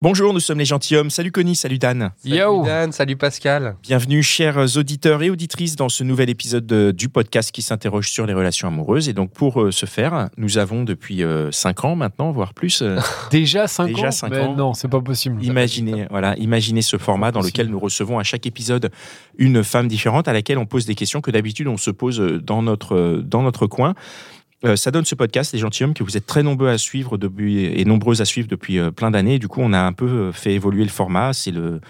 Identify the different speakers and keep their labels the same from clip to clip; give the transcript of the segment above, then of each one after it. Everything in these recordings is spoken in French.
Speaker 1: Bonjour, nous sommes les gentilshommes. Salut Connie, salut Dan.
Speaker 2: Yo
Speaker 3: Salut Dan, salut Pascal.
Speaker 1: Bienvenue, chers auditeurs et auditrices, dans ce nouvel épisode de- du podcast qui s'interroge sur les relations amoureuses. Et donc, pour euh, ce faire, nous avons depuis 5 ans maintenant, voire plus, euh,
Speaker 2: Déjà 5 ans
Speaker 1: Déjà cinq
Speaker 2: Mais
Speaker 1: ans.
Speaker 2: non, c'est pas possible.
Speaker 1: imaginé, voilà, imaginé ce format dans lequel nous recevons à chaque épisode une femme différente à laquelle on pose des questions que d'habitude on se pose euh, dans notre, euh, dans notre coin. Euh, ça donne ce podcast, les gentilshommes, que vous êtes très nombreux à suivre depuis, et nombreuses à suivre depuis euh, plein d'années. Du coup, on a un peu euh, fait évoluer le format. C'est le,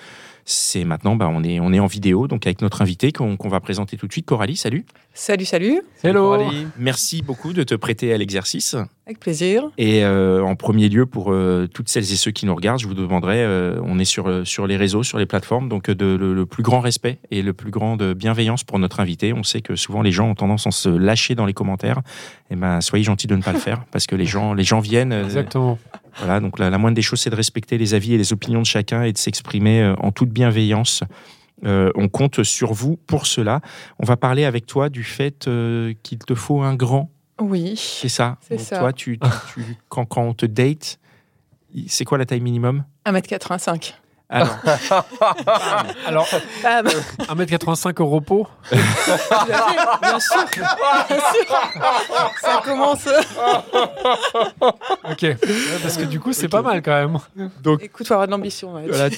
Speaker 1: c'est maintenant, bah, on est, on est en vidéo, donc avec notre invité qu'on qu'on va présenter tout de suite, Coralie. Salut.
Speaker 4: Salut, salut.
Speaker 2: Hello
Speaker 1: Merci beaucoup de te prêter à l'exercice.
Speaker 4: Avec plaisir.
Speaker 1: Et euh, en premier lieu, pour euh, toutes celles et ceux qui nous regardent, je vous demanderai, euh, on est sur, euh, sur les réseaux, sur les plateformes, donc euh, de, le, le plus grand respect et le plus grande bienveillance pour notre invité. On sait que souvent les gens ont tendance à se lâcher dans les commentaires. Et ben, soyez gentils de ne pas le faire, parce que les gens, les gens viennent. euh,
Speaker 2: Exactement.
Speaker 1: voilà, donc la, la moindre des choses, c'est de respecter les avis et les opinions de chacun et de s'exprimer euh, en toute bienveillance. Euh, on compte sur vous pour cela. On va parler avec toi du fait euh, qu'il te faut un grand
Speaker 4: Oui.
Speaker 1: c'est ça.
Speaker 4: C'est
Speaker 1: Donc,
Speaker 4: ça.
Speaker 1: Toi, tu, tu- tu- quand, quand on te date, c'est quoi la taille minimum
Speaker 4: 1m85.
Speaker 1: Alors,
Speaker 2: Alors,
Speaker 4: Ah, bah,
Speaker 2: 1m85 au repos.
Speaker 4: bien sûr. Bien sûr. Ça commence.
Speaker 2: Ok. Ouais, Parce que du coup, c'est pas mal quand même.
Speaker 4: Écoute, faut avoir de l'ambition. ouais.
Speaker 1: voilà,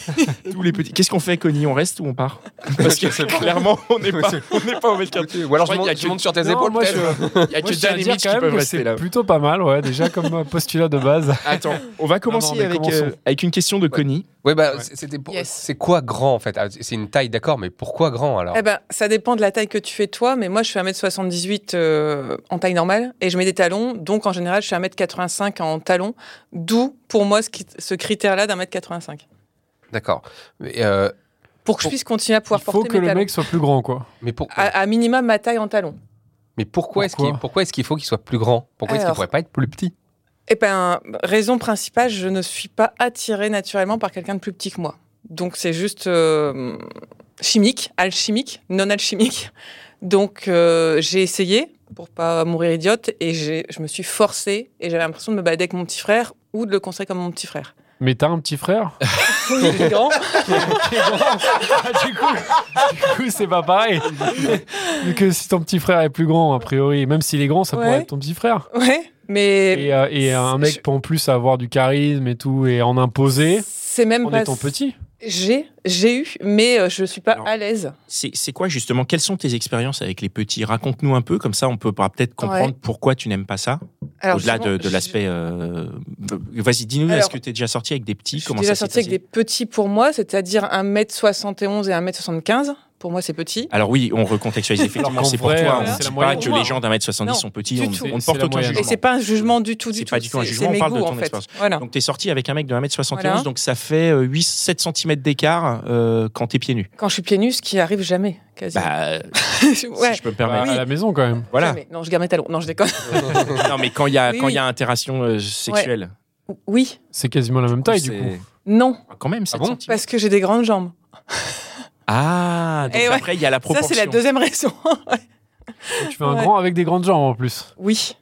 Speaker 1: tous les petits. Qu'est-ce qu'on fait, Connie On reste ou on part Parce que clairement, on n'est pas, on n'est pas au mètre carré.
Speaker 3: Ou alors
Speaker 1: Je crois
Speaker 3: je, monte,
Speaker 1: qu'il y a
Speaker 3: je
Speaker 1: que-
Speaker 3: monte sur tes
Speaker 2: Non,
Speaker 3: épaules.
Speaker 2: moi,
Speaker 3: peut-être.
Speaker 2: je,
Speaker 1: Il y a
Speaker 2: moi,
Speaker 1: que
Speaker 2: je tiens à
Speaker 1: Dan et
Speaker 2: dire
Speaker 1: Mitch
Speaker 2: quand
Speaker 1: qui
Speaker 2: même
Speaker 1: peuvent
Speaker 2: que
Speaker 1: rester
Speaker 2: c'est
Speaker 1: là.
Speaker 2: plutôt pas mal, ouais, déjà comme euh, postulat de base.
Speaker 1: Attends, on va commencer
Speaker 2: Non, non, mais
Speaker 1: avec,
Speaker 2: commençons.
Speaker 1: euh, avec une question de Connie.
Speaker 3: Ouais, bah,
Speaker 2: Ouais.
Speaker 3: c'était pour-
Speaker 4: Yes.
Speaker 3: C'est quoi grand en fait Ah, C'est une taille, d'accord, mais pourquoi grand alors
Speaker 4: Eh ben, ça dépend de la taille que tu fais toi, mais moi je fais 1m78 euh, en taille normale et je mets des talons, donc en général je fais 1m85 en talons, d'où pour moi ce, qui- ce critère-là d'1m85.
Speaker 3: D'accord. Mais, euh,
Speaker 4: Pour que je
Speaker 3: Pour-
Speaker 4: puisse continuer à
Speaker 2: Il
Speaker 4: pouvoir
Speaker 2: faut
Speaker 4: porter
Speaker 2: que
Speaker 4: mes
Speaker 2: le
Speaker 4: talons.
Speaker 2: mec soit plus grand, quoi.
Speaker 3: mais, pour-
Speaker 4: À, à minima ma taille en talons.
Speaker 3: mais pourquoi est-ce
Speaker 2: Pourquoi
Speaker 3: qu'il pourquoi est-ce qu'il faut qu'il soit plus grand Pourquoi est-ce qu'il
Speaker 4: Alors.
Speaker 3: pourrait pas être plus petit
Speaker 4: Eh ben, raison principale, je ne suis pas attirée naturellement par quelqu'un de plus petit que moi. Donc c'est juste euh, chimique, alchimique, non alchimique. Donc euh, j'ai essayé pour pas mourir idiote et j'ai- je me suis forcée et j'avais l'impression de me balader avec mon petit frère ou de le conseiller comme mon petit frère.
Speaker 2: Mais t'as un petit frère
Speaker 4: Il est grand.
Speaker 2: Qui est grand. Ah, Du coup, du coup, c'est pas pareil. Vu que si ton petit frère est plus grand, a priori, même s'il est grand, ça pourrait
Speaker 4: Ouais.
Speaker 2: être ton petit frère.
Speaker 4: Ouais, mais
Speaker 2: Et, euh, et un mec
Speaker 4: Je-
Speaker 2: pour en plus avoir du charisme et tout et en imposer
Speaker 4: c'est même
Speaker 2: en
Speaker 4: pas
Speaker 2: étant petit.
Speaker 4: J'ai j'ai eu mais euh, je suis pas
Speaker 1: Alors,
Speaker 4: à l'aise.
Speaker 1: C'est c'est quoi justement Quelles sont tes expériences avec les petits Raconte-nous un peu, comme ça on peut bah, peut-être comprendre
Speaker 4: Ouais.
Speaker 1: pourquoi tu n'aimes pas ça.
Speaker 4: Alors,
Speaker 1: Au-delà de, de
Speaker 4: justement,
Speaker 1: l'aspect. euh, Vas-y, dis-nous, est-ce
Speaker 4: Alors,
Speaker 1: que tu es déjà sorti avec des petits
Speaker 4: Je suis
Speaker 1: Comment
Speaker 4: déjà
Speaker 1: ça s'est
Speaker 4: sortie avec
Speaker 1: passé
Speaker 4: des petits pour moi, c'est-à-dire 1m71 et 1m75. Pour moi, c'est petit.
Speaker 1: Alors oui, on recontextualise effectivement,
Speaker 2: qu'en
Speaker 1: c'est pour
Speaker 2: vrai,
Speaker 1: toi.
Speaker 2: euh,
Speaker 1: On ne
Speaker 2: c'est la
Speaker 1: dit pas
Speaker 2: moyenne.
Speaker 1: que les gens d'un mètre 70
Speaker 4: Non,
Speaker 1: sont petits,
Speaker 4: du
Speaker 1: on,
Speaker 4: tout.
Speaker 1: on ne
Speaker 2: C'est
Speaker 1: porte
Speaker 2: la
Speaker 1: aucun
Speaker 2: moyenne.
Speaker 1: jugement.
Speaker 4: Et c'est pas un jugement du tout,
Speaker 1: C'est
Speaker 4: du tout.
Speaker 1: pas du tout un
Speaker 4: C'est-
Speaker 1: jugement,
Speaker 4: c'est
Speaker 1: on
Speaker 4: mes
Speaker 1: parle de
Speaker 4: goûts,
Speaker 1: ton
Speaker 4: en fait.
Speaker 1: expérience.
Speaker 4: Voilà.
Speaker 1: Donc, tu es sorti avec un mec de 1m71,
Speaker 4: Voilà.
Speaker 1: donc ça fait euh, 8-7 cm d'écart euh, quand t'es pieds nus.
Speaker 4: Quand je suis pieds nus, ce qui arrive jamais, quasiment.
Speaker 1: Bah,
Speaker 4: ouais.
Speaker 1: si je peux me
Speaker 2: Bah,
Speaker 1: permettre.
Speaker 2: À la maison quand même.
Speaker 1: Voilà.
Speaker 4: Jamais. Non, je garde mes talons. Non, je déconne.
Speaker 1: Non, mais quand il y a,
Speaker 4: Oui,
Speaker 1: quand il y a
Speaker 4: oui.
Speaker 1: interaction euh, sexuelle.
Speaker 4: Oui.
Speaker 2: C'est quasiment la même taille du
Speaker 1: c'est-
Speaker 2: coup.
Speaker 4: Non,
Speaker 1: Ah, Quand même, 7
Speaker 3: bon
Speaker 1: centimètres.
Speaker 4: parce que j'ai des grandes jambes.
Speaker 1: Ah, donc
Speaker 4: Eh ouais.
Speaker 1: après, il y a la
Speaker 4: Ça,
Speaker 1: proportion.
Speaker 4: c'est la deuxième raison.
Speaker 2: Tu fais un
Speaker 4: Ouais.
Speaker 2: grand avec des grandes jambes en plus.
Speaker 4: oui.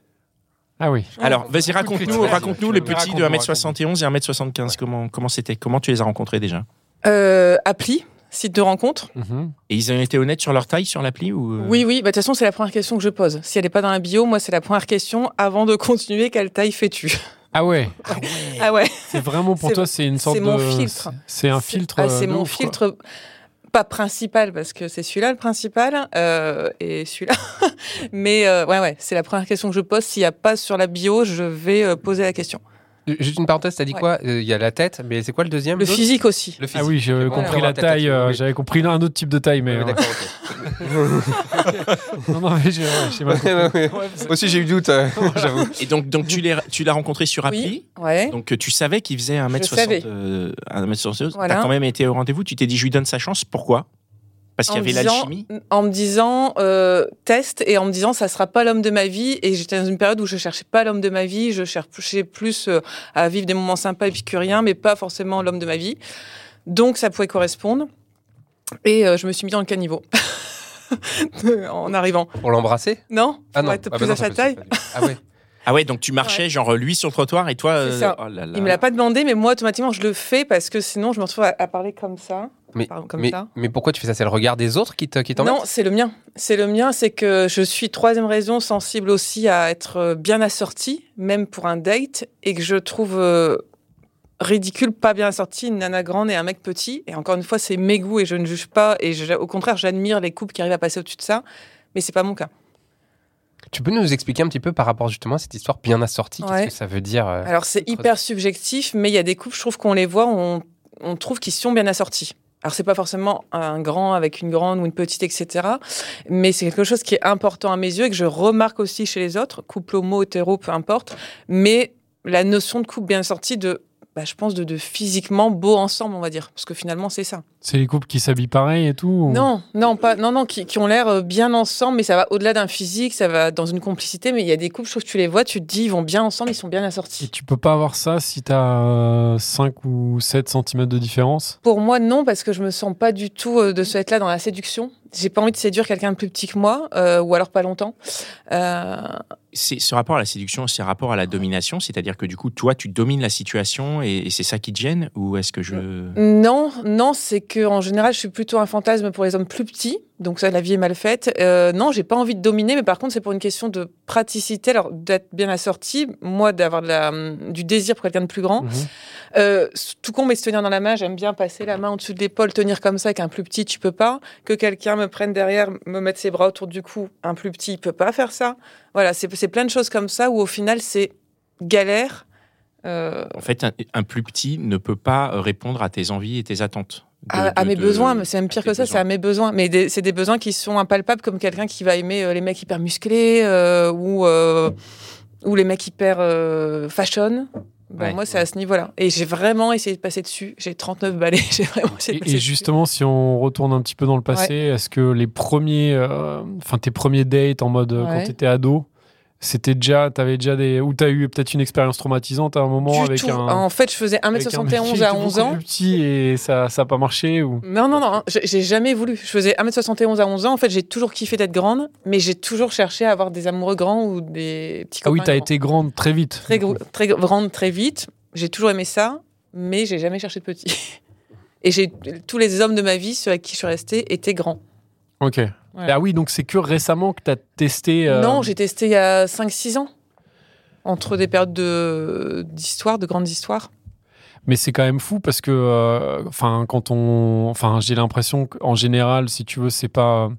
Speaker 2: Ah oui.
Speaker 1: Alors, vas-y, raconte-nous
Speaker 2: Vas-y,
Speaker 1: raconte
Speaker 2: tu
Speaker 1: les
Speaker 2: me
Speaker 1: petits de
Speaker 2: racontes-nous,
Speaker 1: 1m71 et 1m75. Comment Comment c'était Comment tu les as rencontrés déjà
Speaker 4: Euh, appli, site de rencontre.
Speaker 2: Mhm.
Speaker 1: Et ils ont été honnêtes sur leur taille sur l'appli ou euh,
Speaker 4: Oui, oui. Bah, De toute façon, c'est la première question que je pose. Si elle n'est pas dans la bio, moi, c'est la première question. Avant de continuer, quelle taille fais-tu
Speaker 2: Ah ouais.
Speaker 1: Eh.
Speaker 4: Ah ouais.
Speaker 2: C'est vraiment pour
Speaker 4: C'est-
Speaker 2: toi, c'est une sorte
Speaker 4: c'est
Speaker 2: de.
Speaker 4: mon filtre.
Speaker 2: C'est un
Speaker 4: C'est-
Speaker 2: filtre.
Speaker 4: ah,
Speaker 2: euh,
Speaker 4: C'est
Speaker 2: de
Speaker 4: mon
Speaker 2: ouf, quoi.
Speaker 4: filtre, pas principal, parce que c'est celui-là le principal, euh, et celui-là. Mais euh, ouais, ouais, c'est la première question que je pose. S'il n'y a pas sur la bio, je vais euh, poser la question.
Speaker 3: Juste une parenthèse, t'as dit
Speaker 4: Ouais.
Speaker 3: quoi Euh, Il y a la tête, mais c'est quoi le deuxième
Speaker 4: Le
Speaker 3: l'autre
Speaker 4: physique aussi.
Speaker 3: Le physique.
Speaker 2: Ah oui, j'avais
Speaker 3: Ok,
Speaker 2: compris
Speaker 3: voilà,
Speaker 2: la
Speaker 3: ta tête,
Speaker 2: taille, euh,
Speaker 3: oui.
Speaker 2: j'avais compris un autre type de taille, mais.
Speaker 3: Oui,
Speaker 2: euh,
Speaker 3: d'accord,
Speaker 2: non, non, mais j'ai ouais, j'ai mal
Speaker 3: ok.
Speaker 2: compris.
Speaker 3: Ouais, ouais. Aussi, j'ai eu le doute, euh, j'avoue.
Speaker 1: Et donc, donc tu l'as tu l'as rencontré sur appli.
Speaker 4: Ouais.
Speaker 1: Donc euh, tu savais qu'il faisait 1m60.
Speaker 4: savais.
Speaker 1: euh, 1m60. T'as
Speaker 4: Voilà.
Speaker 1: quand même été au rendez-vous. Tu t'es dit, je lui donne sa chance. Pourquoi Parce qu'il y
Speaker 4: En me
Speaker 1: avait
Speaker 4: disant-
Speaker 1: l'alchimie.
Speaker 4: En me disant euh, test et en me disant ça sera pas l'homme de ma vie et j'étais dans une période où je cherchais pas l'homme de ma vie, je cherchais plus euh, à vivre des moments sympas épicuriens mais pas forcément l'homme de ma vie. Donc ça pouvait correspondre et euh, je me suis mis dans le caniveau. en arrivant.
Speaker 3: Pour l'embrasser
Speaker 4: Non
Speaker 3: Ah non.
Speaker 4: Pour être
Speaker 3: Ah bah
Speaker 4: plus
Speaker 3: non,
Speaker 4: à
Speaker 3: ça
Speaker 4: sa
Speaker 3: peut-
Speaker 4: taille.
Speaker 3: ça peut- Ah ouais.
Speaker 1: Ah ouais, donc tu marchais genre lui sur le trottoir et toi.
Speaker 4: C'est ça.
Speaker 1: oh là là.
Speaker 4: Il me l'a pas demandé, mais moi, automatiquement, je le fais parce que sinon, je me retrouve à, à parler comme ça.
Speaker 3: Mais,
Speaker 4: Pardon, comme
Speaker 3: mais,
Speaker 4: ça.
Speaker 3: mais pourquoi tu fais ça C'est le regard des autres qui te- qui t'embête
Speaker 4: Non, c'est le mien. C'est le mien, c'est que je suis, troisième raison, sensible aussi à être euh, bien assortie, même pour un date, et que je trouve euh, ridicule, pas bien assortie, une nana grande et un mec petit. Et encore une fois, c'est mes goûts et je ne juge pas. Et je- au contraire, j'admire les couples qui arrivent à passer au-dessus de ça. Mais c'est pas mon cas.
Speaker 3: Tu peux nous expliquer un petit peu par rapport justement à cette histoire bien assortie
Speaker 4: Ouais.
Speaker 3: Qu'est-ce que ça veut dire euh,
Speaker 4: Alors, c'est
Speaker 3: Autre-
Speaker 4: hyper subjectif, mais il y a des couples, je trouve qu'on les voit, on, on trouve qu'ils sont bien assortis. Alors, c'est pas forcément un grand avec une grande ou une petite, etc. Mais c'est quelque chose qui est important à mes yeux et que je remarque aussi chez les autres, couple homo, hétéro, peu importe. Mais la notion de couple bien assorti, de, bah, je pense, de, de physiquement beau ensemble, on va dire. Parce que finalement, c'est ça.
Speaker 2: C'est les couples qui s'habillent pareil et tout ou-
Speaker 4: Non, non, pas, non, non, qui, qui ont l'air euh, bien ensemble, mais ça va au-delà d'un physique, ça va dans une complicité. Mais il y a des couples, je trouve que tu les vois, tu te dis, ils vont bien ensemble, ils sont bien assortis.
Speaker 2: Et tu peux pas avoir ça si t'as 5 ou 7 cm de différence
Speaker 4: Pour moi, non, parce que je me sens pas du tout euh, de ce être-là dans la séduction. J'ai pas envie de séduire quelqu'un de plus petit que moi, euh, ou alors pas longtemps. Euh,
Speaker 1: C'est ce rapport à la séduction, c'est rapport à la domination, c'est-à-dire que du coup, toi, tu domines la situation et, et c'est ça qui te gêne ou est-ce que je
Speaker 4: non, non, c'est que en général, je suis plutôt un fantasme pour les hommes plus petits. Donc ça, la vie est mal faite. Euh, non, j'ai pas envie de dominer, mais par contre, c'est pour une question de praticité, alors d'être bien assorti, moi, d'avoir de la, hum, du désir pour quelqu'un de plus grand.
Speaker 2: Mhm.
Speaker 4: Euh, tout con, mais se tenir dans la main, j'aime bien passer la main au-dessus de l'épaule, tenir comme ça, qu'un plus petit, tu peux pas. Que quelqu'un me prenne derrière, me mette ses bras autour du cou, un plus petit, il peut pas faire ça. Voilà, c'est c'est plein de choses comme ça où au final, c'est galère. Euh,
Speaker 1: En fait, un, un plus petit ne peut pas répondre à tes envies et tes attentes. de-
Speaker 4: à, Ah, à
Speaker 1: de-
Speaker 4: mes
Speaker 1: de-
Speaker 4: besoins, mais c'est même pire
Speaker 1: tes
Speaker 4: que ça, c'est à
Speaker 1: besoins.
Speaker 4: mes besoins. Mais des- c'est des besoins qui sont impalpables, comme quelqu'un qui va aimer euh, les mecs hyper musclés euh, ou, euh, ou les mecs hyper euh, fashion. Ben,
Speaker 1: Ouais.
Speaker 4: moi, c'est à ce niveau-là. Et j'ai vraiment essayé de passer dessus. J'ai 39 balais, j'ai vraiment essayé de
Speaker 2: Et,
Speaker 4: passer
Speaker 2: et
Speaker 4: dessus.
Speaker 2: justement, si on retourne un petit peu dans le passé, est-ce que les premiers, euh, enfin tes premiers dates en mode euh, quand
Speaker 4: Ouais.
Speaker 2: t'étais ado, c'était déjà, t'avais déjà des, ou t'as eu peut-être une expérience traumatisante à un moment
Speaker 4: Du
Speaker 2: avec
Speaker 4: tout.
Speaker 2: un.
Speaker 4: En fait, je faisais
Speaker 2: avec un mec
Speaker 4: 1m71
Speaker 2: qui
Speaker 4: à
Speaker 2: était
Speaker 4: 11
Speaker 2: beaucoup
Speaker 4: ans.
Speaker 2: plus petit et ça, ça a pas marché ou.
Speaker 4: Non, non, non, hein, j'ai- j'ai jamais voulu. Je faisais 1m71 à 11 ans. En fait, j'ai toujours kiffé d'être grande, mais j'ai toujours cherché à avoir des amoureux grands ou des petits
Speaker 2: Ah
Speaker 4: copains.
Speaker 2: oui, t'as
Speaker 4: grands.
Speaker 2: été grande très vite.
Speaker 4: Très,
Speaker 2: du coup.
Speaker 4: gro- très grande, très vite. J'ai toujours aimé ça, mais j'ai jamais cherché de petit. Et j'ai tous les hommes de ma vie, ceux à qui je suis restée, étaient grands.
Speaker 2: Ok. Ah oui, donc c'est que récemment que t'as testé. euh,
Speaker 4: Non, j'ai testé il y a 5-6 ans. Entre des périodes de- d'histoire, de, grandes histoires.
Speaker 2: Mais c'est quand même fou parce que, euh, enfin, quand on, enfin, j'ai l'impression qu'en général, si tu veux, c'est pas,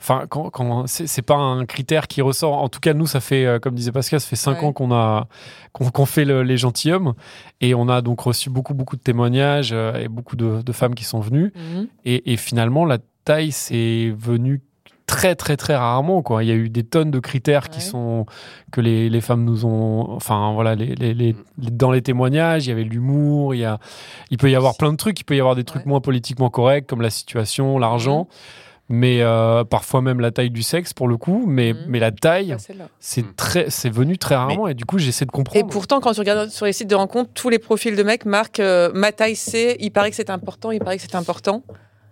Speaker 2: enfin, quand, quand c'est c'est pas un critère qui ressort. En tout cas, nous, ça fait, euh, comme disait Pascal, ça fait cinq
Speaker 4: Ouais.
Speaker 2: ans qu'on a, qu'on qu'on fait le- les gentilshommes et on a donc reçu beaucoup, beaucoup de témoignages euh, et beaucoup de, de femmes qui sont venues et, et finalement, la taille, c'est venu très très très rarement quoi il y a eu des tonnes de critères qui
Speaker 4: Ouais.
Speaker 2: sont que les, les femmes nous ont enfin voilà les, les- les- les- dans les témoignages il y avait l'humour il y a il peut y avoir plein de trucs il peut y avoir des trucs
Speaker 4: Ouais. Mhm.
Speaker 2: moins politiquement corrects comme la situation l'argent mais euh, parfois même la taille du sexe pour le coup mais
Speaker 4: Mhm.
Speaker 2: mais la taille
Speaker 4: Pas celle-là.
Speaker 2: c'est
Speaker 3: Mhm.
Speaker 2: très c'est venu très rarement et du coup j'essaie de
Speaker 4: Et
Speaker 2: comprendre
Speaker 4: pourtant, quand tu regardes sur les sites de rencontres, tous les profils de mecs marquent euh, ma taille c'est, il paraît que c'est important, il paraît que c'est important.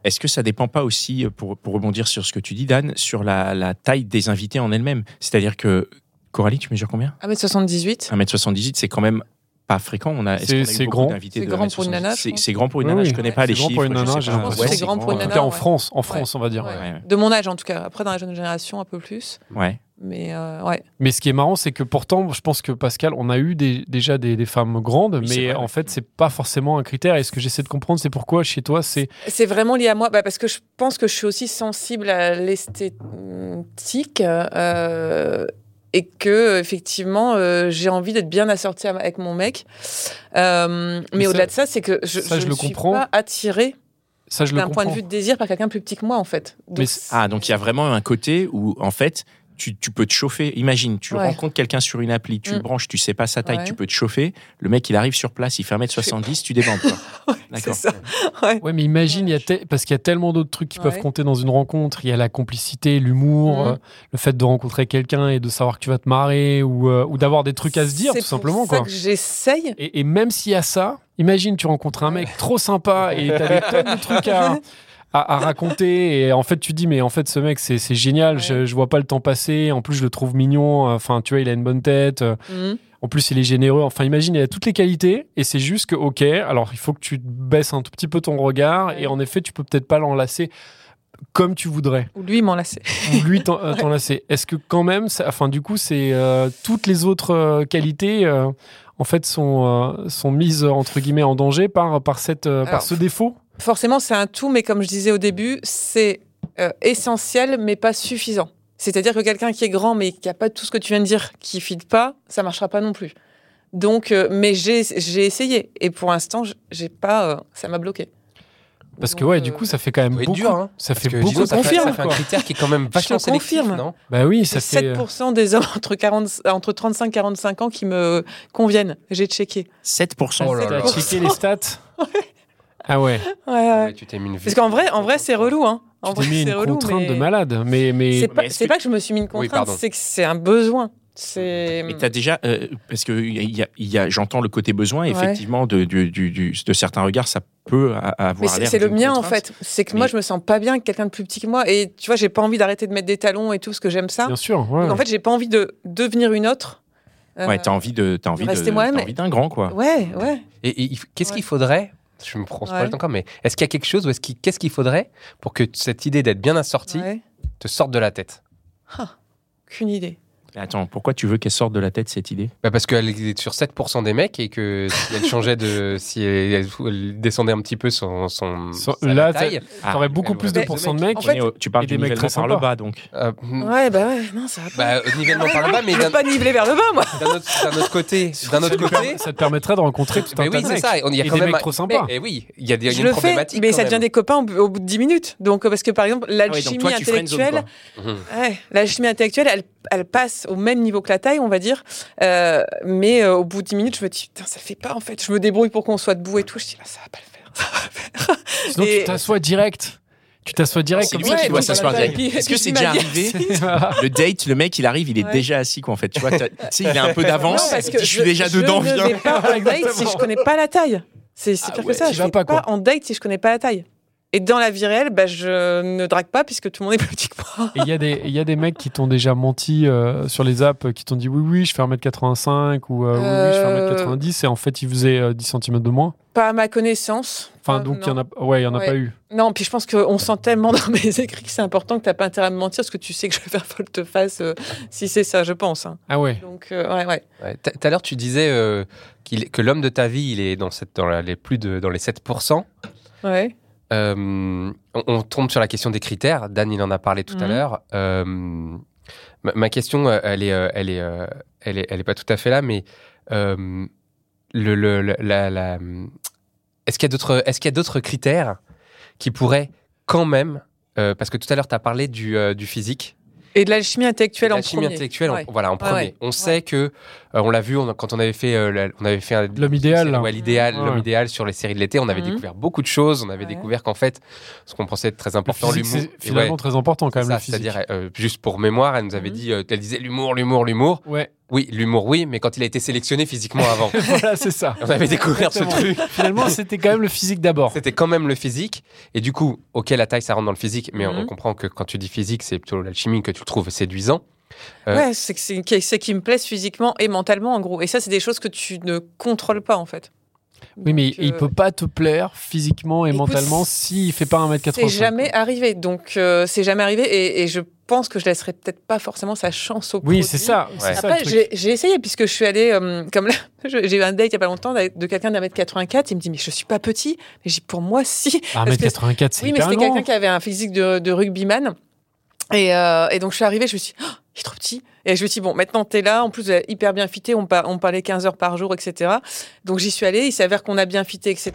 Speaker 1: Est-ce que ça dépend pas aussi, euh, pour, pour rebondir sur ce que tu dis, Dan, sur la, la taille des invités en elle-même C'est-à-dire que, Coralie, tu mesures combien
Speaker 4: Ah, 1m78.
Speaker 1: 1m78, c'est quand même pas fréquent. On a, est-ce qu'on a
Speaker 2: C'est-
Speaker 1: eu
Speaker 2: c'est
Speaker 1: beaucoup
Speaker 2: grand.
Speaker 1: d'invités
Speaker 4: C'est
Speaker 1: de
Speaker 4: grand pour une
Speaker 1: 1m78?
Speaker 4: nana, je
Speaker 1: C'est
Speaker 4: pense.
Speaker 1: c'est grand pour une
Speaker 2: Oui,
Speaker 1: nana.
Speaker 2: oui.
Speaker 1: Je connais pas
Speaker 2: C'est
Speaker 1: les
Speaker 2: grand
Speaker 1: chiffres.
Speaker 2: pour une
Speaker 1: je
Speaker 2: nana,
Speaker 1: sais
Speaker 2: j'ai
Speaker 1: pas.
Speaker 2: l'impression
Speaker 4: Ouais,
Speaker 2: que
Speaker 4: c'est grand pour une
Speaker 2: En tout
Speaker 4: nana,
Speaker 2: cas, en
Speaker 4: ouais.
Speaker 2: France en France on va dire
Speaker 4: Ouais.
Speaker 1: Ouais, ouais.
Speaker 4: De mon âge, en tout cas. Après, dans la jeune génération, un peu plus.
Speaker 1: Ouais.
Speaker 4: Mais euh, ouais.
Speaker 2: Mais ce qui est marrant, c'est que pourtant, je pense que Pascal, on a eu des- déjà des, des femmes grandes,
Speaker 1: Oui, c'est
Speaker 2: mais
Speaker 1: vrai.
Speaker 2: en fait, c'est pas forcément un critère. Et ce que j'essaie de comprendre, c'est pourquoi chez toi, c'est
Speaker 4: C'est vraiment lié à moi, bah, parce que je pense que je suis aussi sensible à l'esthétique euh, et que effectivement euh, j'ai envie d'être bien assortie am- avec mon mec. Euh, mais
Speaker 2: Mais ça-
Speaker 4: au-delà de ça, c'est que je,
Speaker 2: ça,
Speaker 4: je
Speaker 2: je
Speaker 4: ne
Speaker 2: le
Speaker 4: suis
Speaker 2: comprends.
Speaker 4: pas attirée
Speaker 2: Ça, je le
Speaker 4: d'un
Speaker 2: comprends.
Speaker 4: point de vue de désir par quelqu'un plus petit que moi en fait. Donc,
Speaker 2: Mais c'est-
Speaker 1: Ah, donc il y a vraiment un côté où, en fait, tu, tu peux te chauffer. Imagine, tu
Speaker 4: Ouais.
Speaker 1: rencontres quelqu'un sur une appli, tu le
Speaker 4: Mm.
Speaker 1: branches, tu sais pas sa taille,
Speaker 4: Ouais.
Speaker 1: tu peux te chauffer. Le mec, il arrive sur place, il fait 1m70, tu débandes. quoi.
Speaker 4: c'est
Speaker 1: D'accord.
Speaker 4: ça. Ouais.
Speaker 2: Ouais, mais imagine, il y a te- parce qu'il y a tellement d'autres trucs qui peuvent
Speaker 4: Ouais.
Speaker 2: compter dans une rencontre. Il y a la complicité, l'humour,
Speaker 4: Mhm.
Speaker 2: euh, le fait de rencontrer quelqu'un et de savoir que tu vas te marrer ou, euh, ou d'avoir des trucs à se dire,
Speaker 4: C'est
Speaker 2: tout simplement.
Speaker 4: pour ça
Speaker 2: Quoi.
Speaker 4: que j'essaye.
Speaker 2: Et, et même s'il y a ça, imagine, tu rencontres un mec trop sympa et t'as des tonnes de trucs à, à- à raconter. Et en fait, tu te dis, mais en fait, ce mec, c'est c'est génial.
Speaker 4: Ouais.
Speaker 2: Je, je vois pas le temps passer. En plus, je le trouve mignon. Enfin, tu vois, il a une bonne tête.
Speaker 4: Mhm.
Speaker 2: En plus, il est généreux. Enfin, imagine, il a toutes les qualités. Et c'est juste que, ok, alors il faut que tu baisses un tout petit peu ton regard.
Speaker 4: Ouais.
Speaker 2: Et en effet, tu peux peut-être pas l'enlacer comme tu voudrais.
Speaker 4: Ou lui m'enlacer.
Speaker 2: Ou lui t'en- euh, t'enlacer. Est-ce que quand même, ça- enfin, du coup, c'est euh, toutes les autres euh, qualités, euh, en fait, sont, euh, sont mises, euh, entre guillemets, en danger par, par, cette, euh, par
Speaker 4: Alors,
Speaker 2: ce défaut
Speaker 4: Forcément, c'est un tout, mais comme je disais au début, c'est euh, essentiel, mais pas suffisant. C'est-à-dire que quelqu'un qui est grand, mais qui n'a pas tout ce que tu viens de dire, qui fit pas, ça marchera pas non plus. Donc, euh, mais j'ai j'ai essayé. Et pour l'instant, j- j'ai pas, euh, ça m'a bloqué.
Speaker 2: Parce que, ouais, du coup, ça fait quand même
Speaker 3: euh, doit être
Speaker 2: beaucoup.
Speaker 3: dur, hein,
Speaker 2: ça fait
Speaker 3: Parce que,
Speaker 2: beaucoup
Speaker 3: disons,
Speaker 2: de
Speaker 3: ça fait-
Speaker 2: confirme,
Speaker 3: Ça fait un
Speaker 2: quoi.
Speaker 3: critère qui est quand même vachement
Speaker 4: te confirme.
Speaker 3: sélectif, non
Speaker 2: Bah oui, ça
Speaker 4: C'est
Speaker 2: fait. euh,
Speaker 4: 7% des hommes entre, 40, entre 35 et 45 ans qui me conviennent. J'ai checké. Bah,
Speaker 1: 7%.
Speaker 3: Oh là
Speaker 2: euh, T'as
Speaker 3: là.
Speaker 2: checké les stats Ah ouais.
Speaker 4: Ouais, ouais.
Speaker 3: Ouais, Tu t'es mis une
Speaker 4: Parce qu'en vrai, en vrai c'est relou. Hein. En
Speaker 2: Tu t'es
Speaker 4: vrai,
Speaker 2: mis
Speaker 4: c'est
Speaker 2: une
Speaker 4: relou,
Speaker 2: contrainte
Speaker 4: mais
Speaker 2: de malade. Mais, mais...
Speaker 4: C'est pas,
Speaker 1: est-ce
Speaker 4: c'est
Speaker 1: que-
Speaker 4: pas que je me suis mis une
Speaker 3: Oui,
Speaker 4: contrainte,
Speaker 3: pardon.
Speaker 4: c'est que c'est un besoin. C'est.
Speaker 1: Mais t'as déjà, euh, parce que il y a, il y a- j'entends le côté besoin,
Speaker 4: Ouais.
Speaker 1: effectivement, de, du- du- du- de certains regards, ça peut a-
Speaker 4: Mais
Speaker 1: avoir
Speaker 4: c'est
Speaker 1: l'air.
Speaker 4: c'est le
Speaker 1: d'une
Speaker 4: mien en
Speaker 1: contrainte.
Speaker 4: fait. C'est que moi
Speaker 1: Mais-
Speaker 4: je me sens pas bien avec quelqu'un de plus petit que moi et tu vois j'ai pas envie d'arrêter de mettre des talons et tout parce que j'aime ça.
Speaker 2: Bien sûr, ouais.
Speaker 4: Donc, en fait j'ai pas envie de devenir une autre. Euh,
Speaker 1: Ouais, t'as envie de, t'as envie de,
Speaker 4: rester
Speaker 1: t'as
Speaker 4: moi-même.
Speaker 1: envie d'un grand, quoi.
Speaker 4: ouais ouais.
Speaker 3: Et, et il f- qu'est-ce
Speaker 4: Ouais.
Speaker 3: qu'il faudrait Je me prends ce
Speaker 4: Ouais.
Speaker 3: projet encore, mais est-ce qu'il y a quelque chose ou est-ce qu'il- qu'est-ce qu'il faudrait pour que t- cette idée d'être bien assortie
Speaker 4: ouais.
Speaker 3: te sorte de la tête
Speaker 4: Qu'une idée.
Speaker 1: Mais Attends, pourquoi tu veux qu'elle sorte de la tête cette idée
Speaker 3: bah Parce qu'elle est sur 7% des mecs et que si elle changeait de. si elle, elle descendait un petit peu son. son
Speaker 2: Son-
Speaker 3: sa
Speaker 2: là,
Speaker 3: taille,
Speaker 2: T'aurais beaucoup
Speaker 3: elle
Speaker 2: plus
Speaker 3: voit
Speaker 2: de
Speaker 4: des
Speaker 2: pourcents de
Speaker 4: mecs.
Speaker 2: mecs.
Speaker 4: En fait-
Speaker 1: On est au- euh, Tu parles
Speaker 2: et des
Speaker 1: du
Speaker 2: mecs
Speaker 1: nivellement
Speaker 2: très
Speaker 1: par le
Speaker 2: sympas.
Speaker 1: bas, donc.
Speaker 3: euh,
Speaker 4: Ouais bah ouais non ça va pas.
Speaker 3: bah, au nivellement par le bas, mais
Speaker 4: je
Speaker 3: d'un
Speaker 4: veux pas niveler vers le bas moi.
Speaker 3: d'un autre, d'un autre côté. D'un autre côté.
Speaker 2: Ça te permettrait de rencontrer tout un
Speaker 3: Mais
Speaker 2: tas
Speaker 3: oui,
Speaker 2: de
Speaker 3: c'est
Speaker 2: mecs.
Speaker 3: ça. On y a
Speaker 2: Et
Speaker 3: quand
Speaker 2: des
Speaker 3: même.
Speaker 2: mecs
Speaker 3: un-
Speaker 2: trop sympas.
Speaker 3: Mais, et oui, il y a, des- il y a
Speaker 4: Je
Speaker 3: une
Speaker 4: le fais
Speaker 3: problématique.
Speaker 4: mais
Speaker 3: quand
Speaker 4: ça devient
Speaker 3: même.
Speaker 4: des copains au, au bout de 10 minutes. Donc euh, parce que par exemple
Speaker 1: Ouais, donc
Speaker 4: l'alchimie
Speaker 1: toi, tu friendzone,
Speaker 4: intellectuelle
Speaker 1: quoi.
Speaker 3: Mhm.
Speaker 4: Ouais, la chimie intellectuelle, elle, elle passe au même niveau que la taille, on va dire. Euh, mais euh, au bout de 10 minutes, je me dis, putain, ça le fait pas en fait. Je me débrouille pour qu'on soit debout et tout. Je dis, ah, ça va pas le faire. Ça va pas le faire.
Speaker 2: Sinon,
Speaker 4: Et-
Speaker 2: tu t'assois direct. Tu t'assois direct.
Speaker 1: C'est
Speaker 2: comme
Speaker 1: lui
Speaker 2: ça,
Speaker 4: Ouais,
Speaker 2: tu
Speaker 1: qui doit
Speaker 2: vois
Speaker 1: s'asseoir
Speaker 2: pas la
Speaker 1: direct.
Speaker 4: taille.
Speaker 1: Est-ce que
Speaker 4: Puis
Speaker 1: c'est
Speaker 4: tu
Speaker 1: déjà
Speaker 4: m'as
Speaker 1: arrivé
Speaker 2: taille.
Speaker 1: Le date, le mec, il arrive, il est
Speaker 4: Ouais.
Speaker 1: déjà assis, quoi, en fait. Tu vois, t'as- tu sais, il a un peu d'avance.
Speaker 4: Non, parce
Speaker 1: il
Speaker 4: que
Speaker 1: dit, Je suis déjà dedans,
Speaker 4: je
Speaker 1: viens.
Speaker 4: ne vais pas en date si je connais pas la taille. C'est c'est
Speaker 1: Ah
Speaker 4: pire
Speaker 1: ouais,
Speaker 4: que ça.
Speaker 2: tu
Speaker 4: Je
Speaker 2: vas
Speaker 4: vais
Speaker 2: pas,
Speaker 4: pas,
Speaker 2: quoi.
Speaker 4: en date si je connais pas la taille. Et dans la vie réelle, bah, je ne drague pas puisque tout le monde est plus petit que moi.
Speaker 2: Et il y, a des- et il y a des mecs qui t'ont déjà menti euh, sur les apps, euh, qui t'ont dit oui, oui, je fais 1m85 ou euh, oui, oui, je
Speaker 4: Euh.
Speaker 2: fais 1m90. Et en fait, ils faisaient euh, 10 cm de moins.
Speaker 4: Pas à ma connaissance.
Speaker 2: Enfin,
Speaker 4: Euh,
Speaker 2: donc il
Speaker 4: non.
Speaker 2: y en a, ouais, il y en a
Speaker 4: Ouais.
Speaker 2: pas eu.
Speaker 4: Non, puis je pense qu'on sent tellement dans mes écrits que c'est important que t'as pas intérêt à me mentir parce que tu sais que je vais faire volte-face euh, si c'est ça, je pense. hein.
Speaker 2: Ah ouais.
Speaker 4: Donc, euh, ouais, ouais.
Speaker 3: Ouais, t- Tout à l'heure, tu disais euh, qu'il- que l'homme de ta vie, il est dans, cette, dans la- les plus de, dans les 7%.
Speaker 4: ouais.
Speaker 3: Euh, on, on tombe sur la question des critères. Dan, il en a parlé tout à
Speaker 4: Mhm.
Speaker 3: l'heure. Euh, ma, ma question, euh, elle est, euh, elle est, euh, elle est, elle est pas tout à fait là, mais euh, le, le- le- la, la- est-ce qu'il y a d'autres, est-ce qu'il y a d'autres critères qui pourraient quand même, euh, parce que tout à l'heure, tu as parlé du, euh, du physique.
Speaker 4: Et de l'alchimie intellectuelle
Speaker 3: La
Speaker 4: en
Speaker 3: chimie
Speaker 4: premier.
Speaker 3: intellectuelle, en-
Speaker 4: Ouais.
Speaker 3: voilà, en premier.
Speaker 4: ouais.
Speaker 3: On sait que, euh, on l'a vu on a- quand on avait fait, euh, la- on avait fait un-
Speaker 2: L'homme idéal, là.
Speaker 3: ouais, l'idéal,
Speaker 2: Ouais.
Speaker 3: l'homme idéal sur les séries de l'été. On avait
Speaker 4: Mhm.
Speaker 3: découvert beaucoup de choses. On avait
Speaker 4: Ouais.
Speaker 3: découvert qu'en fait, ce qu'on pensait être très
Speaker 2: Le
Speaker 3: important,
Speaker 2: physique,
Speaker 3: l'humour.
Speaker 2: c'est
Speaker 3: Et
Speaker 2: finalement
Speaker 3: ouais,
Speaker 2: très important quand
Speaker 3: c'est
Speaker 2: même.
Speaker 3: ça,
Speaker 2: le physique.
Speaker 3: C'est-à-dire, euh, juste pour mémoire, elle nous avait
Speaker 4: Mhm.
Speaker 3: dit, euh, elle disait l'humour, l'humour, l'humour.
Speaker 2: Ouais,
Speaker 3: Oui, l'humour, oui, mais quand il a été sélectionné physiquement avant,
Speaker 2: voilà, c'est ça.
Speaker 3: on avait découvert ce
Speaker 2: Exactement.
Speaker 3: truc.
Speaker 2: Finalement, c'était quand même le physique d'abord.
Speaker 3: C'était quand même le physique. Et du coup, ok, la taille, ça rentre dans le physique, mais on
Speaker 4: Mhm.
Speaker 3: comprend que quand tu dis physique, c'est plutôt l'alchimie que tu le trouves séduisant. Euh,
Speaker 4: Ouais, c'est que c'est qui c'est qui me plaise physiquement et mentalement, en gros. Et ça, c'est des choses que tu ne contrôles pas, en fait.
Speaker 2: Oui, mais
Speaker 4: Donc,
Speaker 2: il
Speaker 4: euh,
Speaker 2: peut pas te plaire physiquement et
Speaker 4: Écoute,
Speaker 2: mentalement s'il fait pas 1m80.
Speaker 4: C'est jamais arrivé. Donc, euh, c'est jamais arrivé. Et, et je pense que je laisserai peut-être pas forcément sa chance au
Speaker 2: Oui,
Speaker 4: produit.
Speaker 2: c'est ça. c'est
Speaker 3: Ouais.
Speaker 2: ça le
Speaker 4: Après,
Speaker 2: truc.
Speaker 4: j'ai j'ai essayé, puisque je suis allée, euh, comme là, je- j'ai eu un date il y a pas longtemps avec- de quelqu'un d'un mètre 84. Il me dit, mais je suis pas petit. Mais j'ai dit, pour moi, si.
Speaker 2: Ah,
Speaker 4: parce que-
Speaker 2: 1m84, c'est
Speaker 4: Oui, mais
Speaker 2: hyper
Speaker 4: c'était
Speaker 2: grand.
Speaker 4: quelqu'un qui avait un physique de, de rugbyman. Et, euh, et donc, je suis arrivée, je me suis dit, Oh, il est trop petit. Et je me suis dit, bon, maintenant, t'es là. En plus, vous avez hyper bien fité. On, par- on parlait 15 heures par jour, etc. Donc, j'y suis allée. Il s'avère qu'on a bien fité, etc.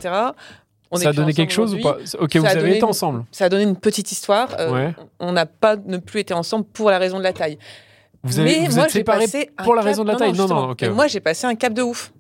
Speaker 4: On est
Speaker 2: ça a
Speaker 4: plus
Speaker 2: donné
Speaker 4: ensemble
Speaker 2: quelque chose ou
Speaker 4: aujourd'hui.
Speaker 2: pas Ok,
Speaker 4: Ça
Speaker 2: vous
Speaker 4: a
Speaker 2: avez
Speaker 4: donné
Speaker 2: été
Speaker 4: une-
Speaker 2: ensemble.
Speaker 4: Ça a donné une petite histoire. Euh,
Speaker 2: Ouais.
Speaker 4: On n'a pas ne plus été ensemble pour la raison de la taille.
Speaker 2: Vous, avez,
Speaker 4: Mais
Speaker 2: vous
Speaker 4: moi,
Speaker 2: êtes
Speaker 4: j'ai
Speaker 2: séparés
Speaker 4: passé un
Speaker 2: pour la
Speaker 4: cap-
Speaker 2: raison de la taille Non, non,
Speaker 4: justement.
Speaker 2: ok.
Speaker 4: Et moi, j'ai passé un cap de ouf.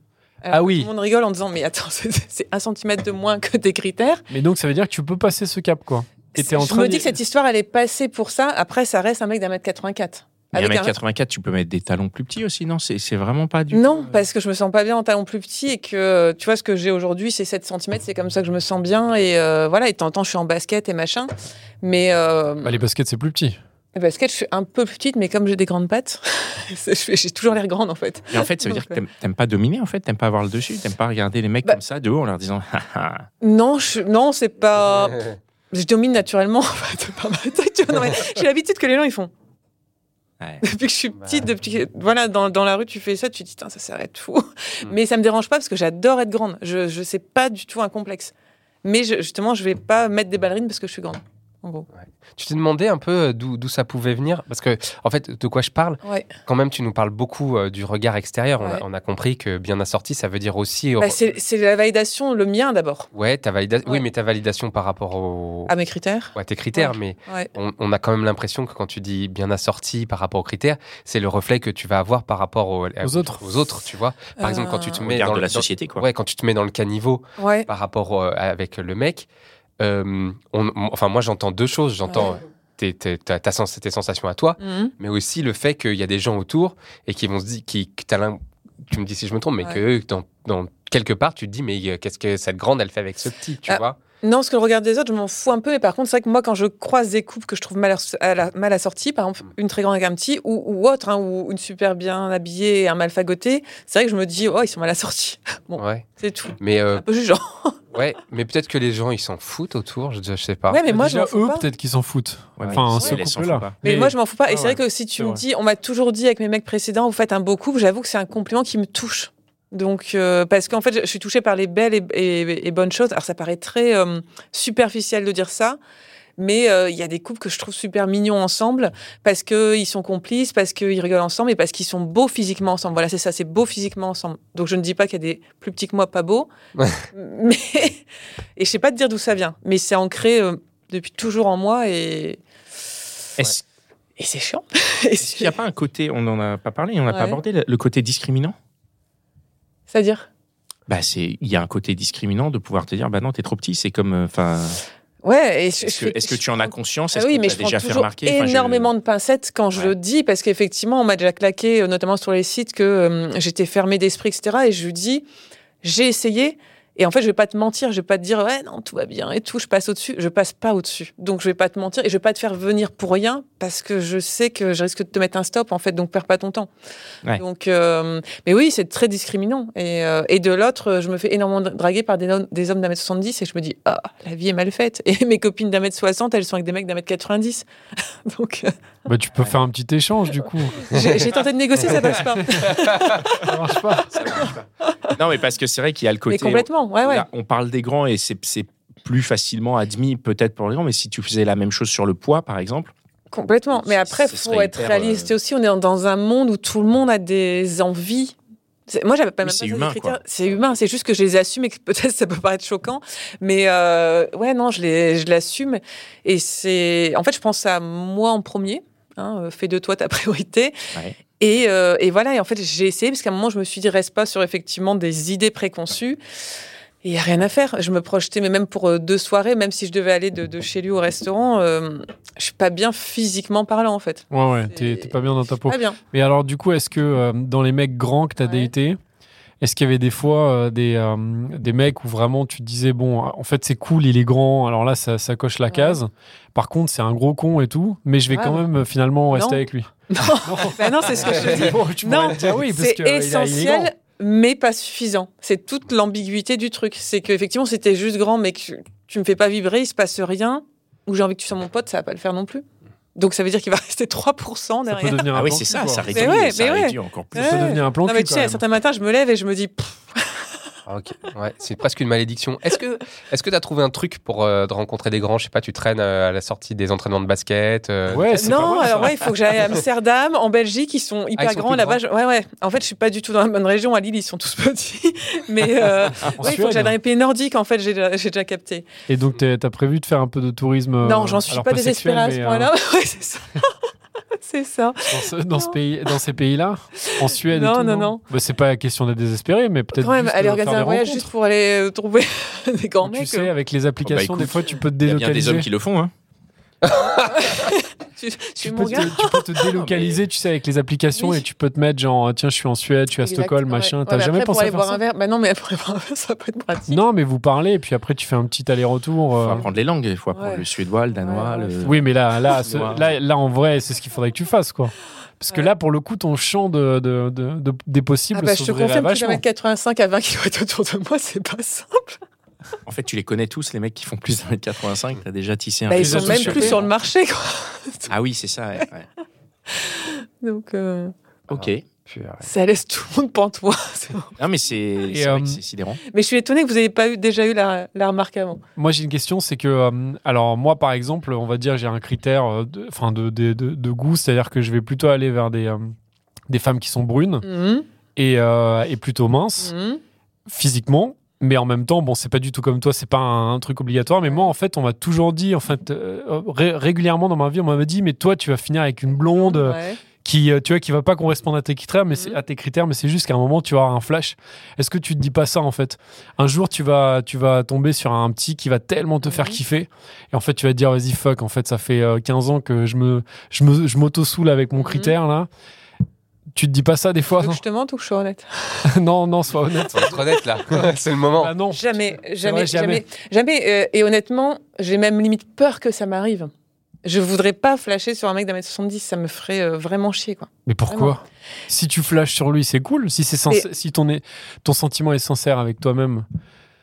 Speaker 4: Alors,
Speaker 2: Ah oui.
Speaker 4: Tout le monde rigole en disant, mais attends, c'est c'est un centimètre de moins que tes critères.
Speaker 2: Mais donc, ça veut dire que tu peux passer ce cap, quoi. Et t'es en
Speaker 4: je
Speaker 2: train
Speaker 4: me
Speaker 2: de-
Speaker 4: dis que cette histoire, elle est passée pour ça. Après, ça reste un mec d'un mètre 84.
Speaker 1: Mais
Speaker 4: Avec un-
Speaker 1: 1m84, tu peux mettre des talons plus petits aussi, non C'est c'est vraiment pas du.
Speaker 4: Non, parce que je me sens pas bien en talons plus petits et que euh, tu vois ce que j'ai aujourd'hui, c'est 7 cm, c'est comme ça que je me sens bien et euh, voilà, et t'entends, je suis en basket et machin. Mais euh,
Speaker 2: Bah, les baskets, c'est plus petit.
Speaker 4: le basket, je suis un peu plus petite, mais comme j'ai des grandes pattes, je fais- j'ai toujours l'air grande en fait.
Speaker 1: Et en fait, ça veut dire que t'aimes- t'aimes pas dominer, en fait, t'aimes pas avoir le dessus, t'aimes pas regarder les mecs
Speaker 4: Bah-
Speaker 1: comme ça de haut en leur disant. Ah, ah.
Speaker 4: Non, je, non, c'est pas. Je domine naturellement en fait, par ma taille, tu vois, non, mais j'ai l'habitude que les gens ils font.
Speaker 1: Ouais.
Speaker 4: Depuis que je suis
Speaker 3: Bah.
Speaker 4: petite, depuis que, voilà, dans, dans la rue, tu fais ça, tu te dis, Tain, ça s'arrête fou. Mais ça me dérange pas parce que j'adore être grande. Je je sais pas du tout un complexe. Mais je- justement, je vais pas mettre des ballerines parce que je suis grande. En gros.
Speaker 3: Tu t'es demandé un peu euh, d'où d'où ça pouvait venir Parce que, en fait, de quoi je parle
Speaker 4: Ouais.
Speaker 3: Quand même, tu nous parles beaucoup euh, du regard extérieur. On, a,
Speaker 4: Ouais.
Speaker 3: on a compris que bien assorti, ça veut dire aussi.
Speaker 4: Bah, c'est c'est la validation, le mien d'abord,
Speaker 3: ouais, ta valida- Oui,
Speaker 4: Ouais.
Speaker 3: mais ta validation par rapport au...
Speaker 4: à mes critères.
Speaker 3: à tes critères, mais
Speaker 4: Ouais.
Speaker 3: on, on a quand même l'impression que quand tu dis bien assorti par rapport aux critères, c'est le reflet que tu vas avoir par rapport aux,
Speaker 2: Aux autres.
Speaker 3: Aux autres, tu vois. Par
Speaker 4: Euh,
Speaker 3: exemple, quand tu te
Speaker 4: au
Speaker 3: mets
Speaker 1: regard
Speaker 3: dans
Speaker 1: de
Speaker 3: le-
Speaker 1: la
Speaker 3: dans-
Speaker 1: société, quoi.
Speaker 3: ouais, quand tu te mets dans le caniveau
Speaker 4: Ouais.
Speaker 3: par rapport euh, avec le mec, euh, on- on- enfin moi j'entends deux choses. J'entends
Speaker 4: Ouais.
Speaker 3: tes, tes- ta- ta sens- tes sensations à toi,
Speaker 4: Mhm.
Speaker 3: mais aussi le fait qu'il y a des gens autour et qui vont se dire, qui, que t'as l'im- tu me dis si je me trompe, mais
Speaker 4: Ouais.
Speaker 3: que dans, dans quelque part tu te dis mais euh, qu'est-ce que cette grande elle fait avec ce petit, tu
Speaker 4: Ah,
Speaker 3: vois
Speaker 4: Non, parce que le regard des autres, je m'en fous un peu. Mais par contre, c'est vrai que moi, quand je croise des couples que je trouve mal, ass- à la- mal assortis, par exemple
Speaker 2: Mm.
Speaker 4: une très grande avec un petit, ou, ou autre, hein, ou une super bien habillée et un mal fagoté, c'est vrai que je me dis, oh, ils sont mal assortis. bon.
Speaker 3: Ouais.
Speaker 4: C'est tout.
Speaker 3: Mais euh,
Speaker 4: Un peu jugeant.
Speaker 3: ouais, mais peut-être que les gens ils s'en foutent autour, je, je sais pas.
Speaker 4: Ah. Ouais, mais moi, je
Speaker 2: Bah, Déjà,
Speaker 4: m'en fous
Speaker 2: eux,
Speaker 4: pas.
Speaker 2: peut-être qu'ils s'en foutent.
Speaker 1: Ouais,
Speaker 2: enfin,
Speaker 1: mais
Speaker 2: ce
Speaker 1: ils s'en foutent
Speaker 2: couple-là.
Speaker 1: pas.
Speaker 4: Mais, moi, je m'en fous pas. Et
Speaker 2: Ah
Speaker 4: c'est vrai
Speaker 2: ouais,
Speaker 4: que si
Speaker 2: c'est
Speaker 4: tu me
Speaker 2: vrai.
Speaker 4: dis, on m'a toujours dit avec mes mecs précédents, vous faites un beau couple, j'avoue que c'est un compliment qui me touche. Donc, euh, parce qu'en fait, je- je suis touchée par les belles et, et- et bonnes choses. Alors, ça paraît très euh, superficiel de dire ça, mais euh, il y a des couples que je trouve super mignons ensemble parce qu'ils sont complices, parce qu'ils rigolent ensemble et parce qu'ils sont beaux physiquement ensemble. Voilà, c'est ça, c'est beau physiquement ensemble. Donc, je ne dis pas qu'il y a des plus petits que moi pas beaux,
Speaker 3: Ouais.
Speaker 4: mais et je sais pas te dire d'où ça vient, mais c'est ancré euh, depuis toujours en moi et
Speaker 1: Est-ce
Speaker 4: et c'est chiant. Et
Speaker 1: est-ce qu'il n'y a pas un côté, on n'en a pas parlé, on n'a pas
Speaker 4: Ouais.
Speaker 1: abordé le, le côté discriminant
Speaker 4: C'est-à-dire
Speaker 1: bah c'est il y a un côté discriminant de pouvoir te dire bah non t'es trop petit c'est comme enfin
Speaker 4: Ouais, et je-
Speaker 1: est-ce que,
Speaker 4: je fais-
Speaker 1: est-ce que
Speaker 4: je-
Speaker 1: tu en as conscience
Speaker 4: Ah
Speaker 1: est-ce
Speaker 4: oui,
Speaker 1: qu'on
Speaker 4: mais
Speaker 1: t'a
Speaker 4: je prends
Speaker 1: déjà fait
Speaker 4: toujours
Speaker 1: remarquer Enfin, je-
Speaker 4: énormément de pincettes quand je
Speaker 1: Ouais.
Speaker 4: le dis, parce qu'effectivement, on m'a déjà claqué, euh, notamment sur les sites, que euh, j'étais fermée d'esprit, etc. Et je lui dis, j'ai essayé, et en fait, je vais pas te mentir, je vais pas te dire, ouais, non, tout va bien, et tout, je passe au-dessus. Je passe pas au-dessus. Donc, je vais pas te mentir, et je vais pas te faire venir pour rien, parce que je sais que je risque de te mettre un stop, en fait, donc perds pas ton temps.
Speaker 1: Ouais.
Speaker 4: Donc, euh, mais oui, c'est très discriminant. Et, euh, et de l'autre, euh, je me fais énormément dra- draguer par des, no- des hommes d'un mètre 70 et je me dis, ah, la vie est mal faite. Et mes copines d'un mètre 60, elles sont avec des mecs d'un mètre 90. Donc, euh,
Speaker 2: Bah, tu peux faire un petit échange, du coup.
Speaker 4: j'ai j'ai tenté de négocier, ça passe pas.
Speaker 2: Ça marche pas.
Speaker 1: non mais parce que c'est vrai qu'il y a le côté
Speaker 4: Mais complètement, ouais, ouais.
Speaker 1: Là, on parle des grands et c'est c'est plus facilement admis peut-être pour les grands mais si tu faisais la même chose sur le poids par exemple
Speaker 4: Complètement. Mais
Speaker 1: Ce-
Speaker 4: après,
Speaker 1: ce
Speaker 4: il
Speaker 1: serait
Speaker 4: faut être
Speaker 1: hyper,
Speaker 4: réaliste
Speaker 1: euh,
Speaker 4: aussi. On est en- dans un monde où tout le monde a des envies. C'est- Moi, j'avais pas
Speaker 1: Oui,
Speaker 4: même
Speaker 1: c'est
Speaker 4: pas ça des
Speaker 1: humain, quoi.
Speaker 4: critères. C'est humain. C'est juste que je les assume et que peut-être ça peut paraître choquant. Mais euh, ouais, non, je les- je l'assume. Et c'est. En fait, je pense à moi en premier. hein, euh, fais de toi ta priorité.
Speaker 1: Ouais.
Speaker 4: Et, euh, et voilà. Et en fait, j'ai essayé parce qu'à un moment, je me suis dit, reste pas sur effectivement des idées préconçues. Il n'y a rien à faire. Je me projetais, mais même pour euh, deux soirées, même si je devais aller de, de chez lui au restaurant, euh, je suis pas bien physiquement parlant en fait.
Speaker 2: Ouais, ouais,
Speaker 4: C'est-
Speaker 2: t'es t'es pas bien dans ta peau.
Speaker 4: Pas bien.
Speaker 2: Mais alors, du coup, est-ce que euh, dans les mecs grands que t'as
Speaker 4: Ouais.
Speaker 2: daté, est-ce qu'il y avait des fois euh, des, euh, des mecs où vraiment tu te disais, bon, en fait, c'est cool, il est grand, alors là, ça, ça coche la
Speaker 4: Ouais.
Speaker 2: case. Par contre, c'est un gros con et tout, mais je vais
Speaker 4: Ouais,
Speaker 2: quand
Speaker 4: ouais.
Speaker 2: même euh, finalement rester
Speaker 4: Non.
Speaker 2: avec lui.
Speaker 4: Bah non, c'est ce que je te dis.
Speaker 2: Bon, tu
Speaker 4: Non,
Speaker 2: pourrais te dire oui, parce
Speaker 4: c'est
Speaker 2: que, euh, il a- il est grand.
Speaker 4: essentiel, mais pas suffisant. C'est toute l'ambiguïté du truc. C'est qu'effectivement, c'était juste grand, mais que tu me fais pas vibrer, il se passe rien, ou j'ai envie que tu sois mon pote, ça va pas le faire non plus. Donc ça veut dire qu'il va rester 3%
Speaker 2: Ça peut
Speaker 4: derrière.
Speaker 2: devenir un
Speaker 1: ah oui
Speaker 2: plan
Speaker 1: c'est
Speaker 2: cul,
Speaker 1: ça
Speaker 2: quoi.
Speaker 1: ça réduit
Speaker 4: ouais,
Speaker 1: ça
Speaker 4: mais ouais.
Speaker 1: réduit encore plus
Speaker 2: Ça peut
Speaker 4: Ouais.
Speaker 2: devenir un plan
Speaker 4: Non, mais
Speaker 2: cul,
Speaker 4: tu
Speaker 2: quand
Speaker 4: sais,
Speaker 2: même.
Speaker 4: certains matins, je me lève et je me dis, Pff,
Speaker 3: Ah, Ok, ouais, c'est presque une malédiction. Est-ce que est-ce que t'as trouvé un truc pour euh, de rencontrer des grands Je sais pas, tu traînes euh, à la sortie des entraînements de basket. euh,
Speaker 2: Ouais, c'est pas
Speaker 4: non,
Speaker 2: mal, ça. Ah,
Speaker 4: alors ouais, il faut que j'aille à Amsterdam, en Belgique, ils sont hyper
Speaker 3: ils sont
Speaker 4: grands
Speaker 3: plus
Speaker 4: là-bas. je- Ouais, ouais. En fait, je suis pas du tout dans la bonne région. À Lille, ils sont tous petits. Mais euh,
Speaker 2: En
Speaker 4: ouais, il faut que
Speaker 2: Suède.
Speaker 4: j'aille dans les pays nordiques. En fait, j'ai j'ai déjà capté.
Speaker 2: Et donc, t'es- t'as prévu de faire un peu de tourisme euh,
Speaker 4: non, j'en suis
Speaker 2: alors
Speaker 4: pas désespérée à ce
Speaker 2: sexuel, mais,
Speaker 4: point-là. Ouais, c'est ça. c'est ça.
Speaker 2: euh, Dans, ce- dans ce pays, dans ces pays-là, en Suède. et
Speaker 4: Non,
Speaker 2: tout,
Speaker 4: non, non.
Speaker 2: Bah, c'est pas question d'être désespéré, mais peut-être.
Speaker 4: Quand même,
Speaker 2: juste,
Speaker 4: aller
Speaker 2: euh, faire
Speaker 4: organiser
Speaker 2: des
Speaker 4: un voyage
Speaker 2: rencontres.
Speaker 4: juste euh. pour aller euh, trouver des grands
Speaker 2: Tu
Speaker 4: mecs.
Speaker 2: sais, avec les applications,
Speaker 1: Ah bah,
Speaker 2: des
Speaker 1: écoute,
Speaker 2: fois, tu peux te
Speaker 1: Il y a bien des
Speaker 2: délocaliser.
Speaker 1: hommes qui le font. Hein.
Speaker 4: Tu, tu
Speaker 2: tu
Speaker 4: mon
Speaker 2: peux,
Speaker 4: gars.
Speaker 2: te, tu peux te délocaliser, tu sais, avec les applications
Speaker 4: Oui.
Speaker 2: et tu peux te mettre genre, tiens, je suis en Suède, je suis à
Speaker 4: Exact,
Speaker 2: Stockholm,
Speaker 4: ouais.
Speaker 2: machin.
Speaker 4: Ouais,
Speaker 2: T'as
Speaker 4: mais
Speaker 2: jamais
Speaker 4: après, pour
Speaker 2: pensé
Speaker 4: aller
Speaker 2: à faire
Speaker 4: boire
Speaker 2: ça
Speaker 4: un verre. Bah non, mais après, boire un verre, ça peut être pratique.
Speaker 2: Non, mais vous parlez et puis après, tu fais un petit aller-retour.
Speaker 1: Il faut
Speaker 2: euh.
Speaker 1: apprendre les langues. Il faut apprendre
Speaker 4: Ouais.
Speaker 1: le suédois, le danois.
Speaker 4: Ouais, ouais.
Speaker 1: le-
Speaker 2: Oui, mais là, là, ce-
Speaker 1: Wow.
Speaker 2: là, là, en vrai, c'est ce qu'il faudrait que tu fasses, quoi. Parce que
Speaker 4: Ouais.
Speaker 2: là, pour le coup, ton champ de, de- de- de- des possibles
Speaker 4: Ah bah, je te
Speaker 2: s'ouvrirait
Speaker 4: confirme que
Speaker 2: vachement.
Speaker 4: 85 à 20 km autour de moi, c'est pas simple.
Speaker 1: En fait, tu les connais tous, les mecs qui font plus d'un mètre 85. T'as déjà tissé un
Speaker 4: Bah, ils
Speaker 2: les a
Speaker 4: sont
Speaker 2: tous
Speaker 4: même
Speaker 2: chopés.
Speaker 4: plus sur le marché. Quoi.
Speaker 1: Ah oui, c'est ça. ouais, ouais.
Speaker 4: Donc, euh,
Speaker 1: Ok.
Speaker 2: Ah
Speaker 3: purée.
Speaker 4: ça laisse tout le monde pantois. c'est bon.
Speaker 1: Non, mais c'est c'est
Speaker 2: euh,
Speaker 1: vrai que c'est sidérant.
Speaker 4: Mais je suis étonnée que vous n'ayez pas eu, déjà eu la, la remarque avant.
Speaker 2: Moi, j'ai une question, c'est que, euh, alors, moi, par exemple, on va dire, j'ai un critère euh, de, enfin, de, de- de- de goût, c'est-à-dire que je vais plutôt aller vers des, euh, des femmes qui sont brunes
Speaker 4: Mhm,
Speaker 2: et, euh, et plutôt minces,
Speaker 4: mhm.
Speaker 2: physiquement. Mais en même temps, bon, c'est pas du tout comme toi, c'est pas un, un truc obligatoire. Mais moi, en fait, on m'a toujours dit, en fait, euh, ré- régulièrement dans ma vie, on m'a dit, mais toi, tu vas finir avec une blonde.
Speaker 4: Ouais.
Speaker 2: qui euh, tu vois qui va pas correspondre à tes critères mais c'est
Speaker 4: Mhm.
Speaker 2: à tes critères mais c'est juste qu'à un moment tu vas avoir un flash est-ce que tu te dis pas ça en fait un jour tu vas tu vas tomber sur un petit qui va tellement te faire
Speaker 4: Mhm.
Speaker 2: kiffer et en fait tu vas te dire vas-y fuck en fait ça fait euh, 15 ans que je me je me je m'auto soule avec mon
Speaker 4: Mhm.
Speaker 2: critère là tu te dis pas ça des fois
Speaker 4: Tu veux
Speaker 2: non
Speaker 4: que je te mente ou que je sois honnête
Speaker 2: non non sois honnête
Speaker 3: Faut être honnête là, c'est le moment.
Speaker 2: ah non
Speaker 4: Jamais, jamais,
Speaker 2: vrai,
Speaker 4: jamais. Jamais. euh, et honnêtement, j'ai même limite peur que ça m'arrive. Je voudrais pas flasher sur un mec d'un mètre 70, ça me ferait euh, vraiment chier. Quoi.
Speaker 2: mais pourquoi si tu flashes sur lui c'est cool si c'est sincère- si ton est- ton sentiment est sincère avec toi-même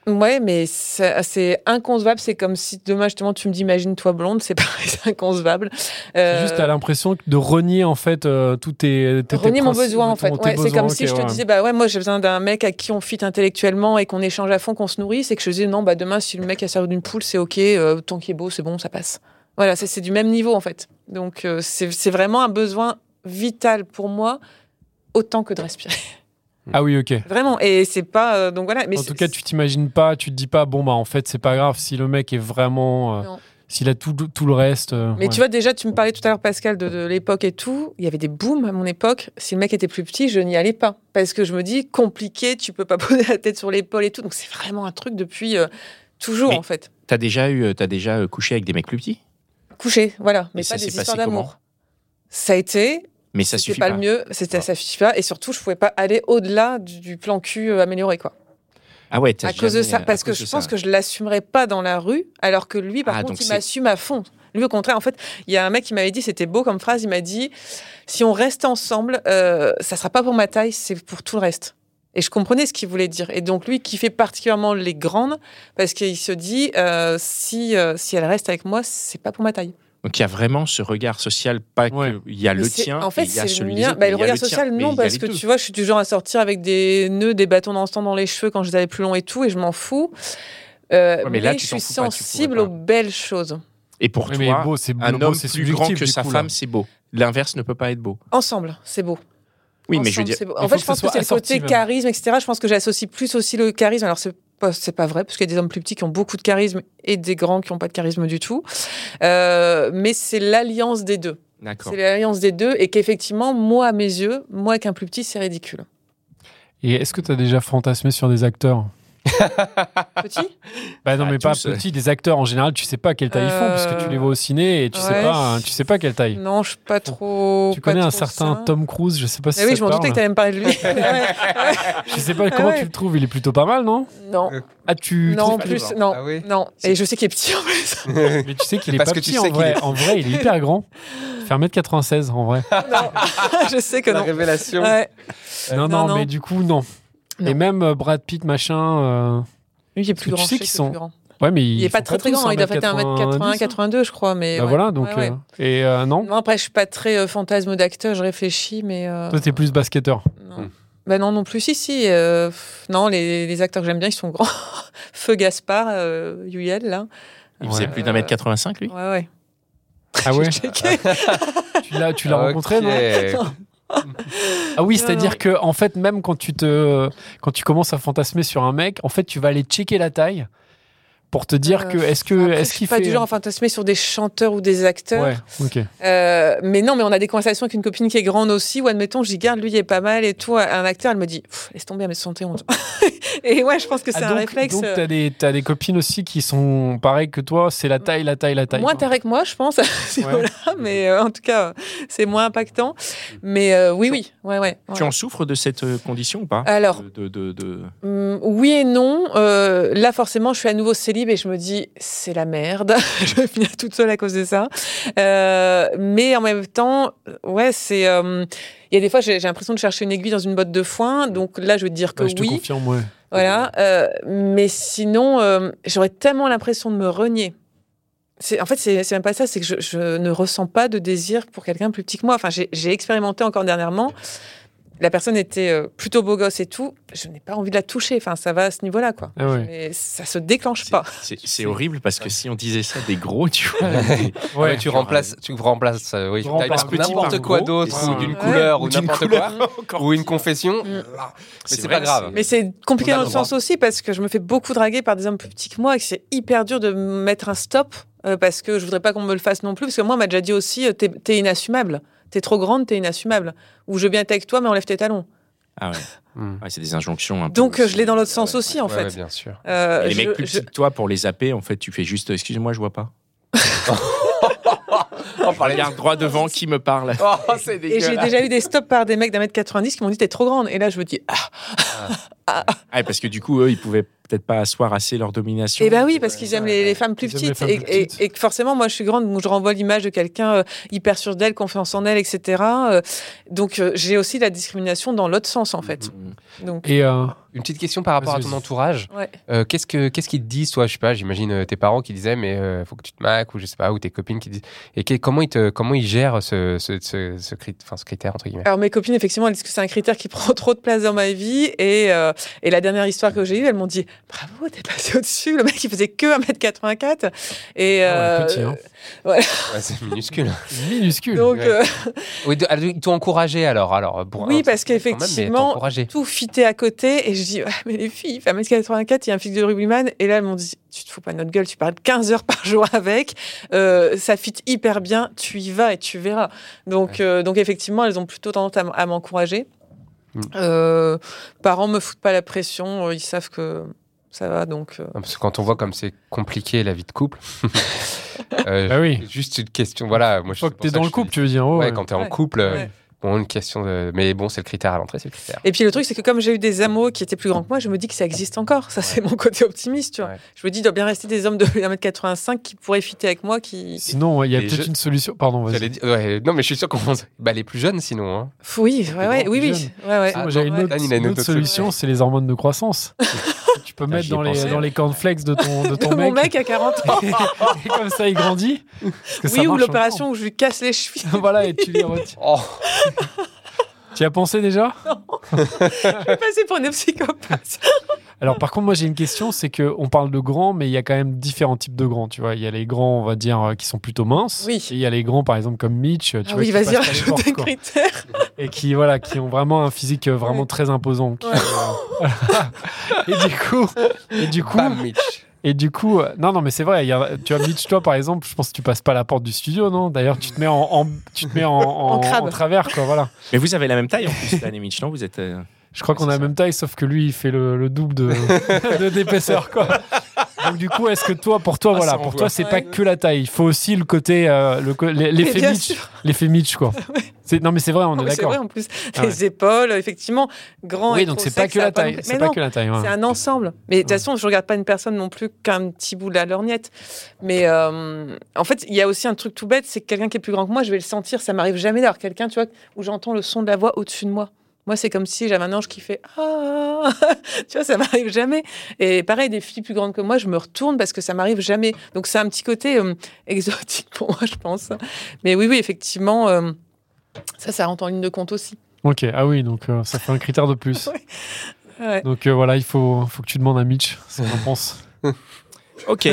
Speaker 4: Ouais, mais ça- c'est inconcevable. C'est comme si demain, justement, tu me dis imagine-toi blonde, c'est pareil, c'est inconcevable.
Speaker 2: C'est
Speaker 4: Euh,
Speaker 2: Juste, t'as l'impression de renier en fait euh, tous tes, tous tes
Speaker 4: Renier mon
Speaker 2: principes,
Speaker 4: besoin en
Speaker 2: tous
Speaker 4: fait.
Speaker 2: tes
Speaker 4: Ouais, c'est
Speaker 2: besoins,
Speaker 4: comme si
Speaker 2: ok,
Speaker 4: je te
Speaker 2: ouais.
Speaker 4: disais bah ouais moi j'ai besoin d'un mec à qui on fit intellectuellement et qu'on échange à fond, qu'on se nourrisse et que je disais non bah demain si le mec a servi d'une poule c'est ok, euh, tant qu'il est beau c'est bon ça passe. Voilà ça c'est du même niveau en fait. Donc euh, c'est c'est vraiment un besoin vital pour moi autant que de respirer
Speaker 2: Ah oui, ok.
Speaker 4: vraiment et c'est pas euh, donc voilà mais
Speaker 2: en
Speaker 4: c'est-
Speaker 2: tout cas, tu t'imagines pas, tu te dis pas, bon bah en fait c'est pas grave si le mec est vraiment, euh,
Speaker 4: Non.
Speaker 2: s'il a tout, tout le reste. euh,
Speaker 4: Mais
Speaker 2: ouais.
Speaker 4: tu vois, déjà, tu me parlais tout à l'heure, Pascal, de, de l'époque et tout. Il y avait des booms à mon époque. Si le mec était plus petit, je n'y allais pas. Parce que je me dis, compliqué, tu peux pas poser la tête sur l'épaule et tout. Donc c'est vraiment un truc depuis euh, toujours,
Speaker 1: Mais-
Speaker 4: en fait.
Speaker 1: T'as déjà, eu, t'as déjà euh, couché avec des mecs plus petits
Speaker 4: Couché, voilà. Mais
Speaker 1: Et
Speaker 4: pas
Speaker 1: ça
Speaker 4: des
Speaker 1: s'est passé
Speaker 4: histoires
Speaker 1: comment
Speaker 4: d'amour. Ça a été,
Speaker 1: Mais ça
Speaker 4: c'était
Speaker 1: suffit
Speaker 4: pas,
Speaker 1: pas. Ah.
Speaker 4: le mieux, c'était ça suffit pas, et surtout je pouvais pas aller au-delà du, du plan cul euh, amélioré quoi.
Speaker 1: Ah ouais, t'as
Speaker 4: À cause
Speaker 1: jamais-
Speaker 4: de ça,
Speaker 1: à
Speaker 4: parce que
Speaker 1: cause
Speaker 4: je
Speaker 1: de
Speaker 4: pense
Speaker 1: ça.
Speaker 4: que je l'assumerais pas dans la rue, alors que lui par
Speaker 1: Ah, donc
Speaker 4: contre il
Speaker 1: c'est-
Speaker 4: m'assume à fond. Lui au contraire, en fait, il y a un mec qui m'avait dit, c'était beau comme phrase, il m'a dit, si on reste ensemble, euh, ça sera pas pour ma taille, c'est pour tout le reste. Et je comprenais ce qu'il voulait dire. Et donc lui qui fait particulièrement les grandes, parce qu'il se dit, euh, si euh, si elle reste avec moi, c'est pas pour ma taille.
Speaker 1: Donc il y a vraiment ce regard social, pas
Speaker 2: Ouais.
Speaker 1: que il y a
Speaker 4: Mais
Speaker 1: Ah, le
Speaker 4: c'est-
Speaker 1: tien,
Speaker 4: En fait,
Speaker 1: et il y a
Speaker 4: c'est
Speaker 1: celui
Speaker 4: le
Speaker 1: des
Speaker 4: mien.
Speaker 1: autres,
Speaker 4: Bah,
Speaker 1: mais
Speaker 4: le
Speaker 1: il y a
Speaker 4: regard
Speaker 1: tien,
Speaker 4: social,
Speaker 1: mais il y
Speaker 4: non,
Speaker 1: a
Speaker 4: parce
Speaker 1: les
Speaker 4: que
Speaker 1: deux.
Speaker 4: tu vois, je suis du genre à sortir avec des nœuds, des bâtons d'encens dans les cheveux quand je les avais plus longs et tout, et je m'en fous. Euh,
Speaker 1: Ouais,
Speaker 4: mais
Speaker 1: mais là, tu
Speaker 4: je
Speaker 1: t'en
Speaker 4: suis
Speaker 1: fous pas, tu pourrais
Speaker 4: sensible
Speaker 1: pas.
Speaker 4: aux belles choses.
Speaker 1: Et pour
Speaker 2: Ouais, mais
Speaker 1: toi,
Speaker 2: beau, c'est
Speaker 1: un
Speaker 2: le beau,
Speaker 1: homme
Speaker 2: c'est
Speaker 1: plus grand
Speaker 2: subjectif,
Speaker 1: que
Speaker 2: du
Speaker 1: sa
Speaker 2: coup, là.
Speaker 1: femme, c'est beau. L'inverse ne peut pas être beau.
Speaker 4: Ensemble, c'est beau.
Speaker 1: Oui, mais
Speaker 4: Ensemble,
Speaker 1: je veux dire,
Speaker 4: c'est beau.
Speaker 2: il faut
Speaker 4: En fait,
Speaker 2: que
Speaker 4: je
Speaker 2: ça
Speaker 4: pense que
Speaker 2: soit
Speaker 4: c'est le côté
Speaker 2: assorti, même.
Speaker 4: charisme, etc. Je pense que j'associe plus aussi le charisme. Alors, c'est pas, c'est pas vrai, parce qu'il y a des hommes plus petits qui ont beaucoup de charisme et des grands qui n'ont pas de charisme du tout. Euh, mais c'est l'alliance des deux.
Speaker 1: d'accord.
Speaker 4: C'est l'alliance des deux, et qu'effectivement, moi, à mes yeux, moi, avec un plus petit, c'est ridicule.
Speaker 2: Et est-ce que t'as déjà fantasmé sur des acteurs
Speaker 4: Petit
Speaker 2: Bah non,
Speaker 1: Ah,
Speaker 2: mais
Speaker 1: tous,
Speaker 2: pas
Speaker 1: euh.
Speaker 2: petit. Des acteurs en général, tu sais pas quelle taille ils font
Speaker 4: Euh,
Speaker 2: parce que tu les vois au ciné et tu sais
Speaker 4: ouais.
Speaker 2: pas, hein, tu sais pas quelle taille.
Speaker 4: Non, je suis pas trop.
Speaker 2: Tu
Speaker 4: pas
Speaker 2: connais un
Speaker 4: trop
Speaker 2: certain
Speaker 4: ça.
Speaker 2: Tom Cruise, je sais pas si
Speaker 4: Mais
Speaker 2: ça
Speaker 4: oui,
Speaker 2: te
Speaker 4: je m'en doutais que
Speaker 2: parle.
Speaker 4: tu allais me parler de lui.
Speaker 2: Je sais pas comment
Speaker 4: ouais.
Speaker 2: tu le trouves, il est plutôt pas mal, non
Speaker 4: non,
Speaker 2: Ah, tu
Speaker 4: non, en
Speaker 2: trouves-
Speaker 4: plus,
Speaker 3: genre.
Speaker 4: non,
Speaker 3: Ah oui.
Speaker 4: non. Et je sais qu'il est petit en plus.
Speaker 2: Mais tu sais qu'il est
Speaker 3: Parce
Speaker 2: pas
Speaker 3: que tu sais
Speaker 2: petit en
Speaker 3: qu'il
Speaker 2: vrai.
Speaker 3: est-
Speaker 2: En vrai, il est hyper grand. Il fait 1m96 en vrai.
Speaker 4: non, je sais que
Speaker 3: La
Speaker 4: non.
Speaker 3: révélation.
Speaker 4: Ouais.
Speaker 2: Non,
Speaker 4: Euh, non,
Speaker 2: non,
Speaker 4: non.
Speaker 2: mais du coup, non.
Speaker 4: Non.
Speaker 2: Et même euh, Brad Pitt, machin. euh,
Speaker 4: Lui, il est
Speaker 2: Parce
Speaker 4: plus
Speaker 2: que
Speaker 4: grand.
Speaker 2: tu sais
Speaker 4: je
Speaker 2: qu'ils
Speaker 4: qu'il est
Speaker 2: sont-
Speaker 4: plus grand.
Speaker 2: Ouais, mais
Speaker 4: Il
Speaker 2: ils
Speaker 4: est pas
Speaker 2: font
Speaker 4: très très
Speaker 2: tous
Speaker 4: grand. hein. Il doit faire 1m80,
Speaker 2: 1m90, hein.
Speaker 4: 82, je crois. Mais
Speaker 2: Bah
Speaker 4: ouais.
Speaker 2: voilà, donc.
Speaker 4: Ouais, ouais.
Speaker 2: euh, et euh, non,
Speaker 4: Non, après, je suis pas très euh, fantasme d'acteur. Je réfléchis, mais euh,
Speaker 2: toi, t'es plus basketteur.
Speaker 4: non. Ben non, non plus. Si, si. euh, pff, non, les, les acteurs que j'aime bien, ils sont grands. Feu Gaspard, euh, Yuyel, là.
Speaker 1: Il faisait
Speaker 2: Ouais.
Speaker 1: plus d'un mètre 85, lui.
Speaker 4: Ouais, ouais.
Speaker 2: Ah ouais
Speaker 4: J'ai checké.
Speaker 2: Tu l'as, tu l'as
Speaker 3: Ok.
Speaker 2: rencontré, non Ah oui, c'est-à-dire que en fait, même quand tu te, quand tu commences à fantasmer sur un mec, en fait, tu vas aller checker la taille pour te dire que
Speaker 4: Euh,
Speaker 2: est-ce que,
Speaker 4: Après, je
Speaker 2: est-ce
Speaker 4: suis
Speaker 2: qu'il
Speaker 4: pas
Speaker 2: fait
Speaker 4: du genre à fantasmer sur des chanteurs ou des acteurs.
Speaker 2: Ouais, ok.
Speaker 4: Euh, mais non, mais on a des conversations avec une copine qui est grande aussi, ou admettons, j'y garde, lui, il est pas mal et tout. Un acteur, elle me dit, Pff, laisse tomber, mais santé honte. et ouais, je pense que c'est
Speaker 2: Ah,
Speaker 4: un
Speaker 2: donc,
Speaker 4: réflexe. euh,
Speaker 2: Donc t'as des, t'as des copines aussi qui sont pareilles que toi. C'est la taille, la taille, la taille.
Speaker 4: moins taré que moi, je pense, à ce
Speaker 2: Ouais.
Speaker 4: niveau-là, mais euh, en tout cas, euh, c'est moins impactant. Mais euh, oui, oui, ouais, ouais. ouais.
Speaker 1: Tu en souffres de cette euh, condition ou pas
Speaker 4: Alors.
Speaker 1: De- de- de- de-
Speaker 4: Hum, oui et non. Euh, là, forcément, je suis à nouveau célib et je me dis, c'est la merde. je vais finir toute seule à cause de ça. Euh, mais en même temps, ouais, c'est. euh, Il y a des fois, j'ai j'ai l'impression de chercher une aiguille dans une botte de foin. Donc là, je vais te dire que
Speaker 2: Ouais, je te
Speaker 4: oui.
Speaker 2: confirme, ouais.
Speaker 4: Voilà. euh, mais sinon, euh, j'aurais tellement l'impression de me renier. C'est- En fait, c'est c'est même pas ça, c'est que je, je ne ressens pas de désir pour quelqu'un plus petit que moi. Enfin, j'ai j'ai expérimenté encore dernièrement. La personne était euh, plutôt beau gosse et tout. Je n'ai pas envie de la toucher. Enfin, ça va à ce niveau-là, quoi.
Speaker 2: Ah ouais.
Speaker 4: Mais ça se déclenche
Speaker 1: C'est-
Speaker 4: pas.
Speaker 1: C'est c'est horrible parce que si on disait ça des gros, tu vois. des-
Speaker 2: Ah Ouais.
Speaker 3: tu remplaces, tu remplaces, euh, oui,
Speaker 2: Tu remplaces
Speaker 3: t'as
Speaker 2: petit par
Speaker 3: n'importe quoi
Speaker 1: gros,
Speaker 3: d'autre,
Speaker 1: et
Speaker 3: ou
Speaker 1: c'est-
Speaker 3: d'une
Speaker 4: Ouais.
Speaker 3: couleur, ou
Speaker 1: d'une
Speaker 3: n'importe
Speaker 1: couleur.
Speaker 3: quoi, ou une confession.
Speaker 4: Mm.
Speaker 3: Mais
Speaker 1: C'est
Speaker 3: c'est
Speaker 1: vrai,
Speaker 3: pas grave.
Speaker 4: Mais c'est compliqué
Speaker 3: On a
Speaker 4: dans
Speaker 3: le
Speaker 4: le sens aussi parce que je me fais beaucoup draguer par des hommes plus petits que moi et que c'est hyper dur de mettre un stop euh, parce que je voudrais pas qu'on me le fasse non plus parce que moi on m'a déjà dit aussi euh, t'es t'es inassumable, t'es trop grande, t'es inassumable ou je veux bien être avec toi mais enlève tes talons.
Speaker 1: Ah ouais,
Speaker 3: Mm.
Speaker 1: ouais, c'est des injonctions. un peu
Speaker 4: Donc euh,
Speaker 1: aussi.
Speaker 4: je l'ai dans l'autre sens
Speaker 1: Ouais.
Speaker 4: aussi en
Speaker 3: Ouais, ouais,
Speaker 4: fait.
Speaker 3: bien sûr.
Speaker 4: Euh,
Speaker 1: Et les
Speaker 4: je-
Speaker 1: mecs plus
Speaker 4: je-
Speaker 1: petits que toi, pour les zapper, en fait, tu fais juste excuse-moi, je vois pas.
Speaker 3: On parlait
Speaker 1: Regarde droit devant, qui me parle
Speaker 3: Oh, c'est
Speaker 4: Et j'ai
Speaker 3: dégueulasse.
Speaker 4: déjà eu des stops par des mecs d'un mètre 90 qui m'ont dit t'es trop grande et là je me dis ah
Speaker 1: Ah, parce que du coup, eux, ils pouvaient peut-être pas asseoir assez leur domination.
Speaker 4: et ben oui parce qu'ils aiment les, les femmes plus
Speaker 2: Ils aiment les
Speaker 4: petites
Speaker 2: femmes
Speaker 4: et,
Speaker 2: plus
Speaker 4: et-
Speaker 2: petites.
Speaker 4: et que forcément moi je suis grande donc je renvoie l'image de quelqu'un euh, hyper sûr d'elle, confiance en elle etc. Euh, donc euh, j'ai aussi la discrimination dans l'autre sens en fait.
Speaker 1: Mhm.
Speaker 4: Donc
Speaker 2: Et euh,
Speaker 3: Une petite question par rapport à
Speaker 2: Vas-y,
Speaker 3: ton
Speaker 2: vas-y.
Speaker 3: entourage.
Speaker 4: Ouais.
Speaker 3: Euh, qu'est-ce que qu'est-ce qu'ils te disent, toi Je sais pas. J'imagine euh, tes parents qui disaient, mais euh, faut que tu te maques ou je sais pas, ou tes copines qui disent. Et que- comment ils te comment ils gèrent ce ce ce, ce crit- enfin, ce critère entre guillemets
Speaker 4: Alors mes copines, effectivement, elles disent que c'est un critère qui prend trop de place dans ma vie. Et, euh, et la dernière histoire que j'ai eue, elles m'ont dit « Bravo, t'es passé au-dessus. » Le mec, il faisait que 1m84. Et, euh,
Speaker 2: Ah ouais, petit, hein.
Speaker 3: Ouais, C'est minuscule.
Speaker 2: minuscule.
Speaker 4: Donc,
Speaker 3: Ouais.
Speaker 4: euh,
Speaker 3: oui, de- alors, ils t'ont encouragé alors alors. Pour
Speaker 4: Oui,
Speaker 3: un-
Speaker 4: parce
Speaker 3: quand même, mais ils t'ont
Speaker 4: qu'effectivement,
Speaker 3: encouragé.
Speaker 4: tout fitait à côté. Et je dis Ouais, Mais les filles, 1m84, il y a un fixe de rugbyman. » Et là, elles m'ont dit « Tu te fous pas de notre gueule, tu parles 15 heures par jour avec. Euh, ça fit hyper bien, tu y vas et tu verras. » Donc,
Speaker 3: Ouais.
Speaker 4: euh, donc effectivement, elles ont plutôt tendance à m- à m'encourager.
Speaker 3: Mm.
Speaker 4: Euh, parents me foutent pas la pression, euh, ils savent que ça va, donc... euh,
Speaker 3: Non, Parce que quand on voit comme c'est compliqué la vie de couple. euh,
Speaker 2: Bah oui.
Speaker 3: Juste une question. Voilà. Moi, je-
Speaker 2: Faut
Speaker 3: c'est
Speaker 2: que
Speaker 3: pour
Speaker 2: t'es
Speaker 3: ça
Speaker 2: dans
Speaker 3: je
Speaker 2: le
Speaker 3: te
Speaker 2: couple,
Speaker 3: dis-
Speaker 2: tu veux dire. oh,
Speaker 3: Ouais,
Speaker 2: ouais.
Speaker 3: quand t'es en
Speaker 4: Ouais.
Speaker 3: couple. euh,
Speaker 4: Ouais.
Speaker 3: Bon, une question de. Mais bon, c'est le critère à l'entrée, c'est le critère.
Speaker 4: Et puis le truc, c'est que comme j'ai eu des amours qui étaient plus grands que moi, je me dis que ça existe encore. Ça, c'est mon côté optimiste, tu vois.
Speaker 3: Ouais.
Speaker 4: Je me dis, il doit bien rester des hommes de 1m85 qui pourraient fitter avec moi, qui...
Speaker 2: Sinon, il y a
Speaker 3: Et
Speaker 2: peut-être
Speaker 3: je-
Speaker 2: une solution. Pardon, vas-y.
Speaker 3: J'allais dire- ouais, non, mais je suis sûr qu'on pense. Bah, les plus jeunes, sinon. hein.
Speaker 4: Pff, Oui, ouais, ouais,
Speaker 2: grands,
Speaker 4: oui,
Speaker 2: plus
Speaker 4: oui. Ouais, ouais.
Speaker 3: Ah,
Speaker 2: Moi, j'avais une
Speaker 3: ouais.
Speaker 2: autre,
Speaker 3: Dan, il a une
Speaker 2: une
Speaker 3: autre
Speaker 2: autre solution, c'est les hormones de croissance. tu peux mettre
Speaker 1: j'y ai
Speaker 2: dans les,
Speaker 1: pensé.
Speaker 2: dans les cornflakes de ton, de ton
Speaker 4: De
Speaker 2: mec.
Speaker 4: mon mec à 40 ans.
Speaker 2: et comme ça, il grandit. Parce que ça
Speaker 4: oui, ou
Speaker 2: marche
Speaker 4: l'opération où je lui casse les chevilles.
Speaker 2: encore. voilà, et tu les retiens.
Speaker 3: Oh,
Speaker 2: Tu y as pensé déjà
Speaker 4: Je vais passer pour une psychopathe.
Speaker 2: Alors par contre, moi j'ai une question, c'est que on parle de grands, mais il y a quand même différents types de grands. Tu vois, il y a les grands, on va dire, euh, qui sont plutôt minces.
Speaker 4: Oui.
Speaker 2: Et il y a les grands, par exemple, comme Mitch. Tu
Speaker 4: Ah
Speaker 2: vois,
Speaker 4: oui,
Speaker 2: qui
Speaker 4: vas-y,
Speaker 2: passent pas les
Speaker 4: rajoute
Speaker 2: portes,
Speaker 4: un
Speaker 2: quoi.
Speaker 4: critère.
Speaker 2: Et qui voilà, qui ont vraiment un physique euh, vraiment
Speaker 4: Ouais.
Speaker 2: très imposant. qui,
Speaker 4: Ouais.
Speaker 2: euh, voilà. et du coup, et du coup,
Speaker 3: bam, Mitch.
Speaker 2: et du coup, euh, non, non, mais c'est vrai. il y a- tu as Mitch, toi, par exemple, je pense que tu passes pas la porte du studio, non D'ailleurs, tu te mets en, en- tu te mets en, en-
Speaker 4: crabe.
Speaker 2: en travers, quoi. Voilà.
Speaker 1: Mais vous avez la même taille en plus, Dan et Mitch, non Vous êtes. euh,
Speaker 2: Je crois
Speaker 1: Ouais,
Speaker 2: qu'on
Speaker 1: c'est
Speaker 2: a la
Speaker 1: ça.
Speaker 2: même taille, sauf que lui, il fait le, le double de, de- d'épaisseur, quoi. Donc du coup, est-ce que toi, pour toi,
Speaker 1: Ah,
Speaker 2: voilà,
Speaker 1: ça
Speaker 2: pour
Speaker 1: renvoie.
Speaker 2: toi, c'est pas
Speaker 4: Ouais.
Speaker 2: que la taille, il faut aussi le côté, euh, le co- l'e-
Speaker 4: Mais
Speaker 2: l'effet
Speaker 4: bien
Speaker 2: Mitch,
Speaker 4: sûr.
Speaker 2: l'effet Mitch, quoi. C'est, non, mais c'est vrai, on
Speaker 4: Non,
Speaker 2: est
Speaker 4: mais C'est vrai,
Speaker 2: d'accord.
Speaker 4: en plus.
Speaker 2: Ah ouais.
Speaker 4: Les épaules, effectivement, grand et
Speaker 2: Oui, donc
Speaker 4: trop
Speaker 2: c'est pas
Speaker 4: sec,
Speaker 2: que
Speaker 4: ça
Speaker 2: la
Speaker 4: va pas
Speaker 2: taille,
Speaker 4: non plus-
Speaker 2: c'est
Speaker 4: Mais
Speaker 2: pas
Speaker 4: non.
Speaker 2: que la taille. ouais.
Speaker 4: C'est un ensemble. Mais de toute
Speaker 2: Ouais.
Speaker 4: façon, je regarde pas une personne non plus qu'un petit bout de la lorgnette. Mais euh, en fait, il y a aussi un truc tout bête, c'est que quelqu'un qui est plus grand que moi, je vais le sentir. Ça m'arrive jamais d'avoir quelqu'un, tu vois, où j'entends le son de la voix au-dessus de moi. Moi, c'est comme si j'avais un ange qui fait ah, tu vois, ça m'arrive jamais. Et pareil, des filles plus grandes que moi, je me retourne parce que ça m'arrive jamais. Donc c'est un petit côté euh, exotique pour moi, je pense. Mais oui, oui, effectivement, euh, ça, ça rentre en ligne de compte aussi.
Speaker 2: Ok, ah oui, donc euh, ça fait un critère de plus.
Speaker 4: Ouais.
Speaker 2: Donc euh, voilà, il faut, faut que tu demandes à Mitch ce qu'il en pense.
Speaker 1: Ok.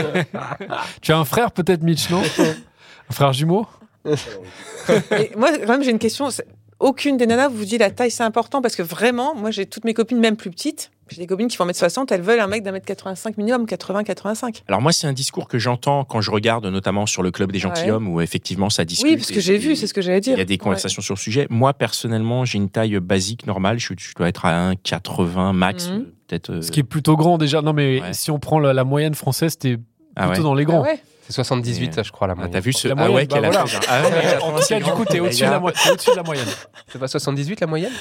Speaker 2: Tu as un frère peut-être, Mitch, non Un frère jumeau
Speaker 4: Et moi, quand même, j'ai une question. C'est- Aucune des nanas vous dit la taille, c'est important parce que vraiment, moi, j'ai toutes mes copines, même plus petites. J'ai des copines qui font 1m60, elles veulent un mec d'un mètre 85 minimum, 80-85.
Speaker 1: Alors moi, c'est un discours que j'entends quand je regarde notamment sur le club des gentilshommes où effectivement ça discute.
Speaker 4: Oui, parce
Speaker 1: et-
Speaker 4: que j'ai vu,
Speaker 1: et-
Speaker 4: c'est ce que j'allais dire.
Speaker 1: Il y a des conversations sur le sujet. Moi, personnellement, j'ai une taille basique normale. Je, je dois être à 1,80 max,
Speaker 4: Mhm.
Speaker 1: peut-être. euh,
Speaker 2: Ce qui est plutôt grand déjà. Non, mais
Speaker 1: Ouais.
Speaker 2: si on prend la, la moyenne française, t'es plutôt
Speaker 1: ah ouais.
Speaker 2: dans les
Speaker 4: Ah
Speaker 2: grands.
Speaker 4: ouais.
Speaker 3: C'est 78, je crois, la
Speaker 1: Ah,
Speaker 3: moyenne.
Speaker 1: t'as vu ce
Speaker 2: La
Speaker 1: ah
Speaker 2: moyenne,
Speaker 1: ouais
Speaker 2: bah
Speaker 1: qu'elle a
Speaker 2: voilà.
Speaker 1: fait, genre, ah ouais,
Speaker 2: En tout cas,
Speaker 1: 85,
Speaker 2: du coup, t'es
Speaker 1: les
Speaker 2: au-dessus de,
Speaker 1: gars.
Speaker 2: la mo- t'es au-dessus de la moyenne.
Speaker 3: C'est pas 78, la moyenne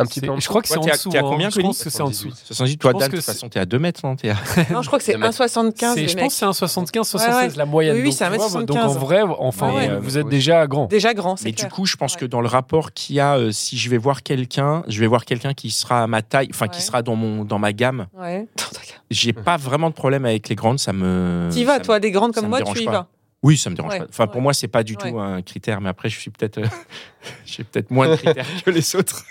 Speaker 3: Un petit
Speaker 2: C'est-
Speaker 3: peu en
Speaker 2: Je crois que c'est
Speaker 1: Toi,
Speaker 2: en
Speaker 1: t'es à-
Speaker 2: dessous.
Speaker 1: t'es à
Speaker 2: hein.
Speaker 1: combien,
Speaker 2: Je
Speaker 1: Colline
Speaker 2: pense que c'est en dessous.
Speaker 1: 78, toi,
Speaker 2: Je pense
Speaker 1: Dan, de
Speaker 2: que
Speaker 1: toute
Speaker 2: c'est-
Speaker 1: façon, t'es à 2 mètres, non T'es à-
Speaker 4: Non, je crois que c'est
Speaker 3: Deux mètres.
Speaker 4: 1,75
Speaker 2: C'est-
Speaker 4: les
Speaker 2: Je
Speaker 4: mecs.
Speaker 2: pense
Speaker 1: hein.
Speaker 2: que c'est un 75, 76,
Speaker 4: Ouais, ouais.
Speaker 2: la moyenne.
Speaker 4: Oui, oui,
Speaker 2: Donc,
Speaker 4: c'est
Speaker 2: tu vois,
Speaker 4: 1m75.
Speaker 2: Donc en vrai, enfin, euh,
Speaker 4: Ah ouais.
Speaker 2: vous êtes déjà grand.
Speaker 4: Déjà grand, c'est
Speaker 1: Mais du
Speaker 4: clair.
Speaker 1: coup, je pense
Speaker 4: Ouais.
Speaker 1: que dans le rapport qu'il y a, euh, si je vais voir quelqu'un, je vais voir quelqu'un qui sera à ma taille, enfin qui
Speaker 4: Ouais.
Speaker 1: sera dans mon dans ma gamme.
Speaker 4: Ouais.
Speaker 1: J'ai pas vraiment de problème avec les grandes, ça me.
Speaker 4: Tu y
Speaker 1: Hmm, ça
Speaker 4: vas,
Speaker 1: me-
Speaker 4: toi, des grandes
Speaker 1: ça
Speaker 4: comme
Speaker 1: me
Speaker 4: moi,
Speaker 1: dérange
Speaker 4: tu y
Speaker 1: pas.
Speaker 4: vas.
Speaker 1: Oui, ça me dérange
Speaker 4: Ouais,
Speaker 1: pas. Enfin, pour
Speaker 4: ouais.
Speaker 1: moi, c'est pas du
Speaker 4: Ouais.
Speaker 1: tout un critère, mais après, je suis peut-être, euh, j'ai peut-être moins de critères que les autres.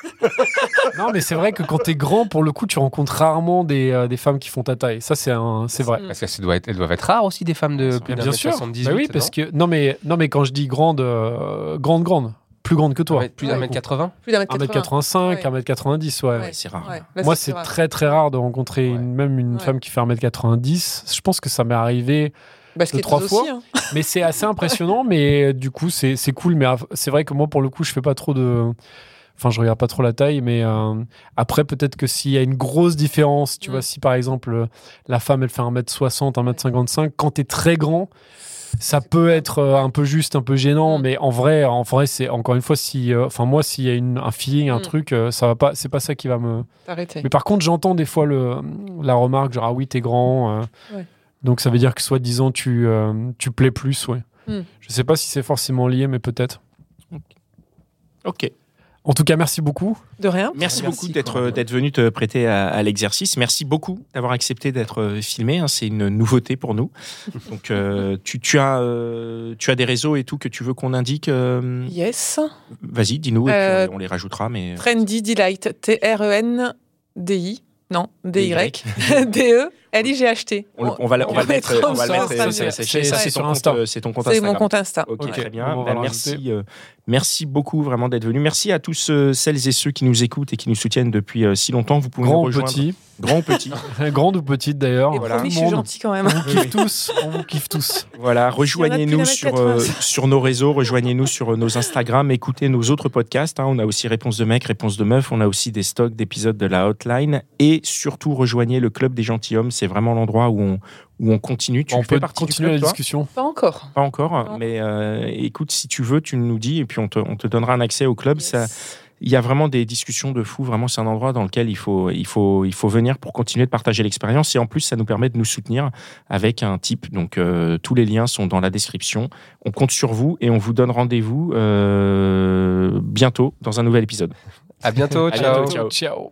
Speaker 2: Non, mais c'est vrai que quand t'es grand, pour le coup, tu rencontres rarement des, euh, des femmes qui font ta taille. Ça, c'est un- c'est vrai.
Speaker 4: Mm.
Speaker 3: Parce qu'elles doivent, elles doivent être rares aussi, des femmes de plus
Speaker 2: Mais
Speaker 3: d'un
Speaker 2: Ah, bien
Speaker 3: mètre
Speaker 2: sûr.
Speaker 3: 78.
Speaker 2: Bah oui, parce que non mais non mais quand je dis grande, euh, grande grande, plus grande que toi.
Speaker 3: Ouais, plus d'un mètre 80
Speaker 4: Plus d'un mètre 80.
Speaker 2: 1m85,
Speaker 4: Ouais.
Speaker 2: 1m90, ouais.
Speaker 4: Ouais.
Speaker 1: C'est rare.
Speaker 4: Ouais. Bah, Là,
Speaker 2: Moi,
Speaker 4: ça,
Speaker 2: c'est
Speaker 4: vrai.
Speaker 2: très très rare de rencontrer
Speaker 3: Ouais.
Speaker 2: une- même une
Speaker 4: Ouais.
Speaker 2: femme qui fait 1m90. Je pense que ça m'est arrivé,
Speaker 4: Basket
Speaker 2: trois
Speaker 4: aussi,
Speaker 2: fois.
Speaker 4: hein.
Speaker 2: mais c'est assez impressionnant. Mais euh, du coup, c'est c'est cool. Mais euh, c'est vrai que moi, pour le coup, je fais pas trop de. Enfin, je regarde pas trop la taille, mais euh, après, peut-être que s'il y a une grosse différence, tu
Speaker 4: Mm.
Speaker 2: vois, si par exemple euh, la femme elle fait 1m60, 1m55, quand t'es très grand, ça peut être euh, un peu juste, un peu gênant,
Speaker 4: Mm.
Speaker 2: mais en vrai, en vrai, c'est encore une fois, si, euh, enfin, moi, s'il y a une, un feeling, un
Speaker 4: Mm.
Speaker 2: truc, euh, ça va pas, c'est pas ça qui va me.
Speaker 4: Arrêtez.
Speaker 2: Mais par contre, j'entends des fois le, la remarque genre ah oui, t'es grand. euh,
Speaker 4: Ouais.
Speaker 2: Donc ça veut dire que soi-disant tu, euh, tu plais plus, ouais.
Speaker 4: Hmm.
Speaker 2: Je sais pas si c'est forcément lié, mais peut-être.
Speaker 1: Ok.
Speaker 2: En tout cas, merci beaucoup.
Speaker 4: De rien.
Speaker 1: Merci,
Speaker 3: Merci,
Speaker 1: beaucoup
Speaker 3: quoi.
Speaker 1: d'être d'être venu te prêter à, à l'exercice. Merci beaucoup d'avoir accepté d'être euh, filmé. hein. C'est une nouveauté pour nous. Donc, euh, tu, tu as euh, tu as des réseaux et tout que tu veux qu'on indique. euh,
Speaker 4: Yes.
Speaker 1: Vas-y, dis-nous et puis
Speaker 4: Euh,
Speaker 1: on les- on les rajoutera. Mais
Speaker 4: Trendy Delight. E T-R-E-N-D-I. Non, D-Y. E D-E-L-I-G-H-T.
Speaker 1: on, le- on va, la- on va le
Speaker 4: le
Speaker 1: mettre.
Speaker 4: mettra
Speaker 1: On va le
Speaker 4: sur
Speaker 1: mettre.
Speaker 2: Instagram.
Speaker 1: ça, c'est-
Speaker 2: C'est-
Speaker 1: ça,
Speaker 2: c'est
Speaker 1: c'est
Speaker 2: sur
Speaker 1: ton compte,
Speaker 2: Insta.
Speaker 1: euh, C'est ton compte
Speaker 4: C'est mon
Speaker 1: Instagram.
Speaker 4: compte Insta.
Speaker 1: Ok,
Speaker 2: Ok,
Speaker 1: très
Speaker 2: on
Speaker 1: bien.
Speaker 2: va
Speaker 1: Bah,
Speaker 2: le
Speaker 1: merci,
Speaker 2: rajouter.
Speaker 1: euh, merci beaucoup vraiment d'être venu. Merci à tous ceux- celles et ceux qui nous écoutent et qui nous soutiennent depuis euh, si longtemps. Vous pouvez
Speaker 2: Grand
Speaker 1: nous
Speaker 2: ou
Speaker 1: rejoindre.
Speaker 2: petit,
Speaker 1: Grand ou petit.
Speaker 2: grande ou petite d'ailleurs.
Speaker 4: Et
Speaker 1: Oh, voilà.
Speaker 4: promis, je
Speaker 2: Tout
Speaker 4: suis
Speaker 2: le monde.
Speaker 4: gentil quand même.
Speaker 2: On vous kiffe tous. On vous kiffe tous.
Speaker 1: Voilà,
Speaker 4: y en a plus
Speaker 1: rejoignez-nous
Speaker 4: d'un
Speaker 1: sur,
Speaker 4: mètre
Speaker 1: euh,
Speaker 4: 80.
Speaker 1: sur nos réseaux, rejoignez-nous sur euh, nos Instagram, écoutez nos autres podcasts. hein. on a aussi Réponse de mec, Réponse de meuf, on a aussi des stocks d'épisodes de la hotline. Et surtout, rejoignez le Club des Gentilshommes, c'est vraiment l'endroit où on, où on continue. Tu
Speaker 2: on
Speaker 1: fais
Speaker 2: peut
Speaker 1: partie du
Speaker 2: continuer la
Speaker 1: club, toi
Speaker 2: discussion.
Speaker 4: Pas encore.
Speaker 1: Pas encore,
Speaker 4: Non.
Speaker 1: mais euh, écoute, si tu veux, tu nous dis et puis on te, on te donnera un accès au club. Ça, il y a vraiment des discussions de fous. Vraiment, c'est un endroit dans lequel il faut, il faut, il faut venir pour continuer de partager l'expérience. Et en plus, ça nous permet de nous soutenir avec un type. Donc, euh, tous les liens sont dans la description. On compte sur vous et on vous donne rendez-vous euh, bientôt dans un nouvel épisode.
Speaker 3: À bientôt,
Speaker 1: À
Speaker 3: ciao.
Speaker 1: bientôt. Ciao.
Speaker 2: Ciao.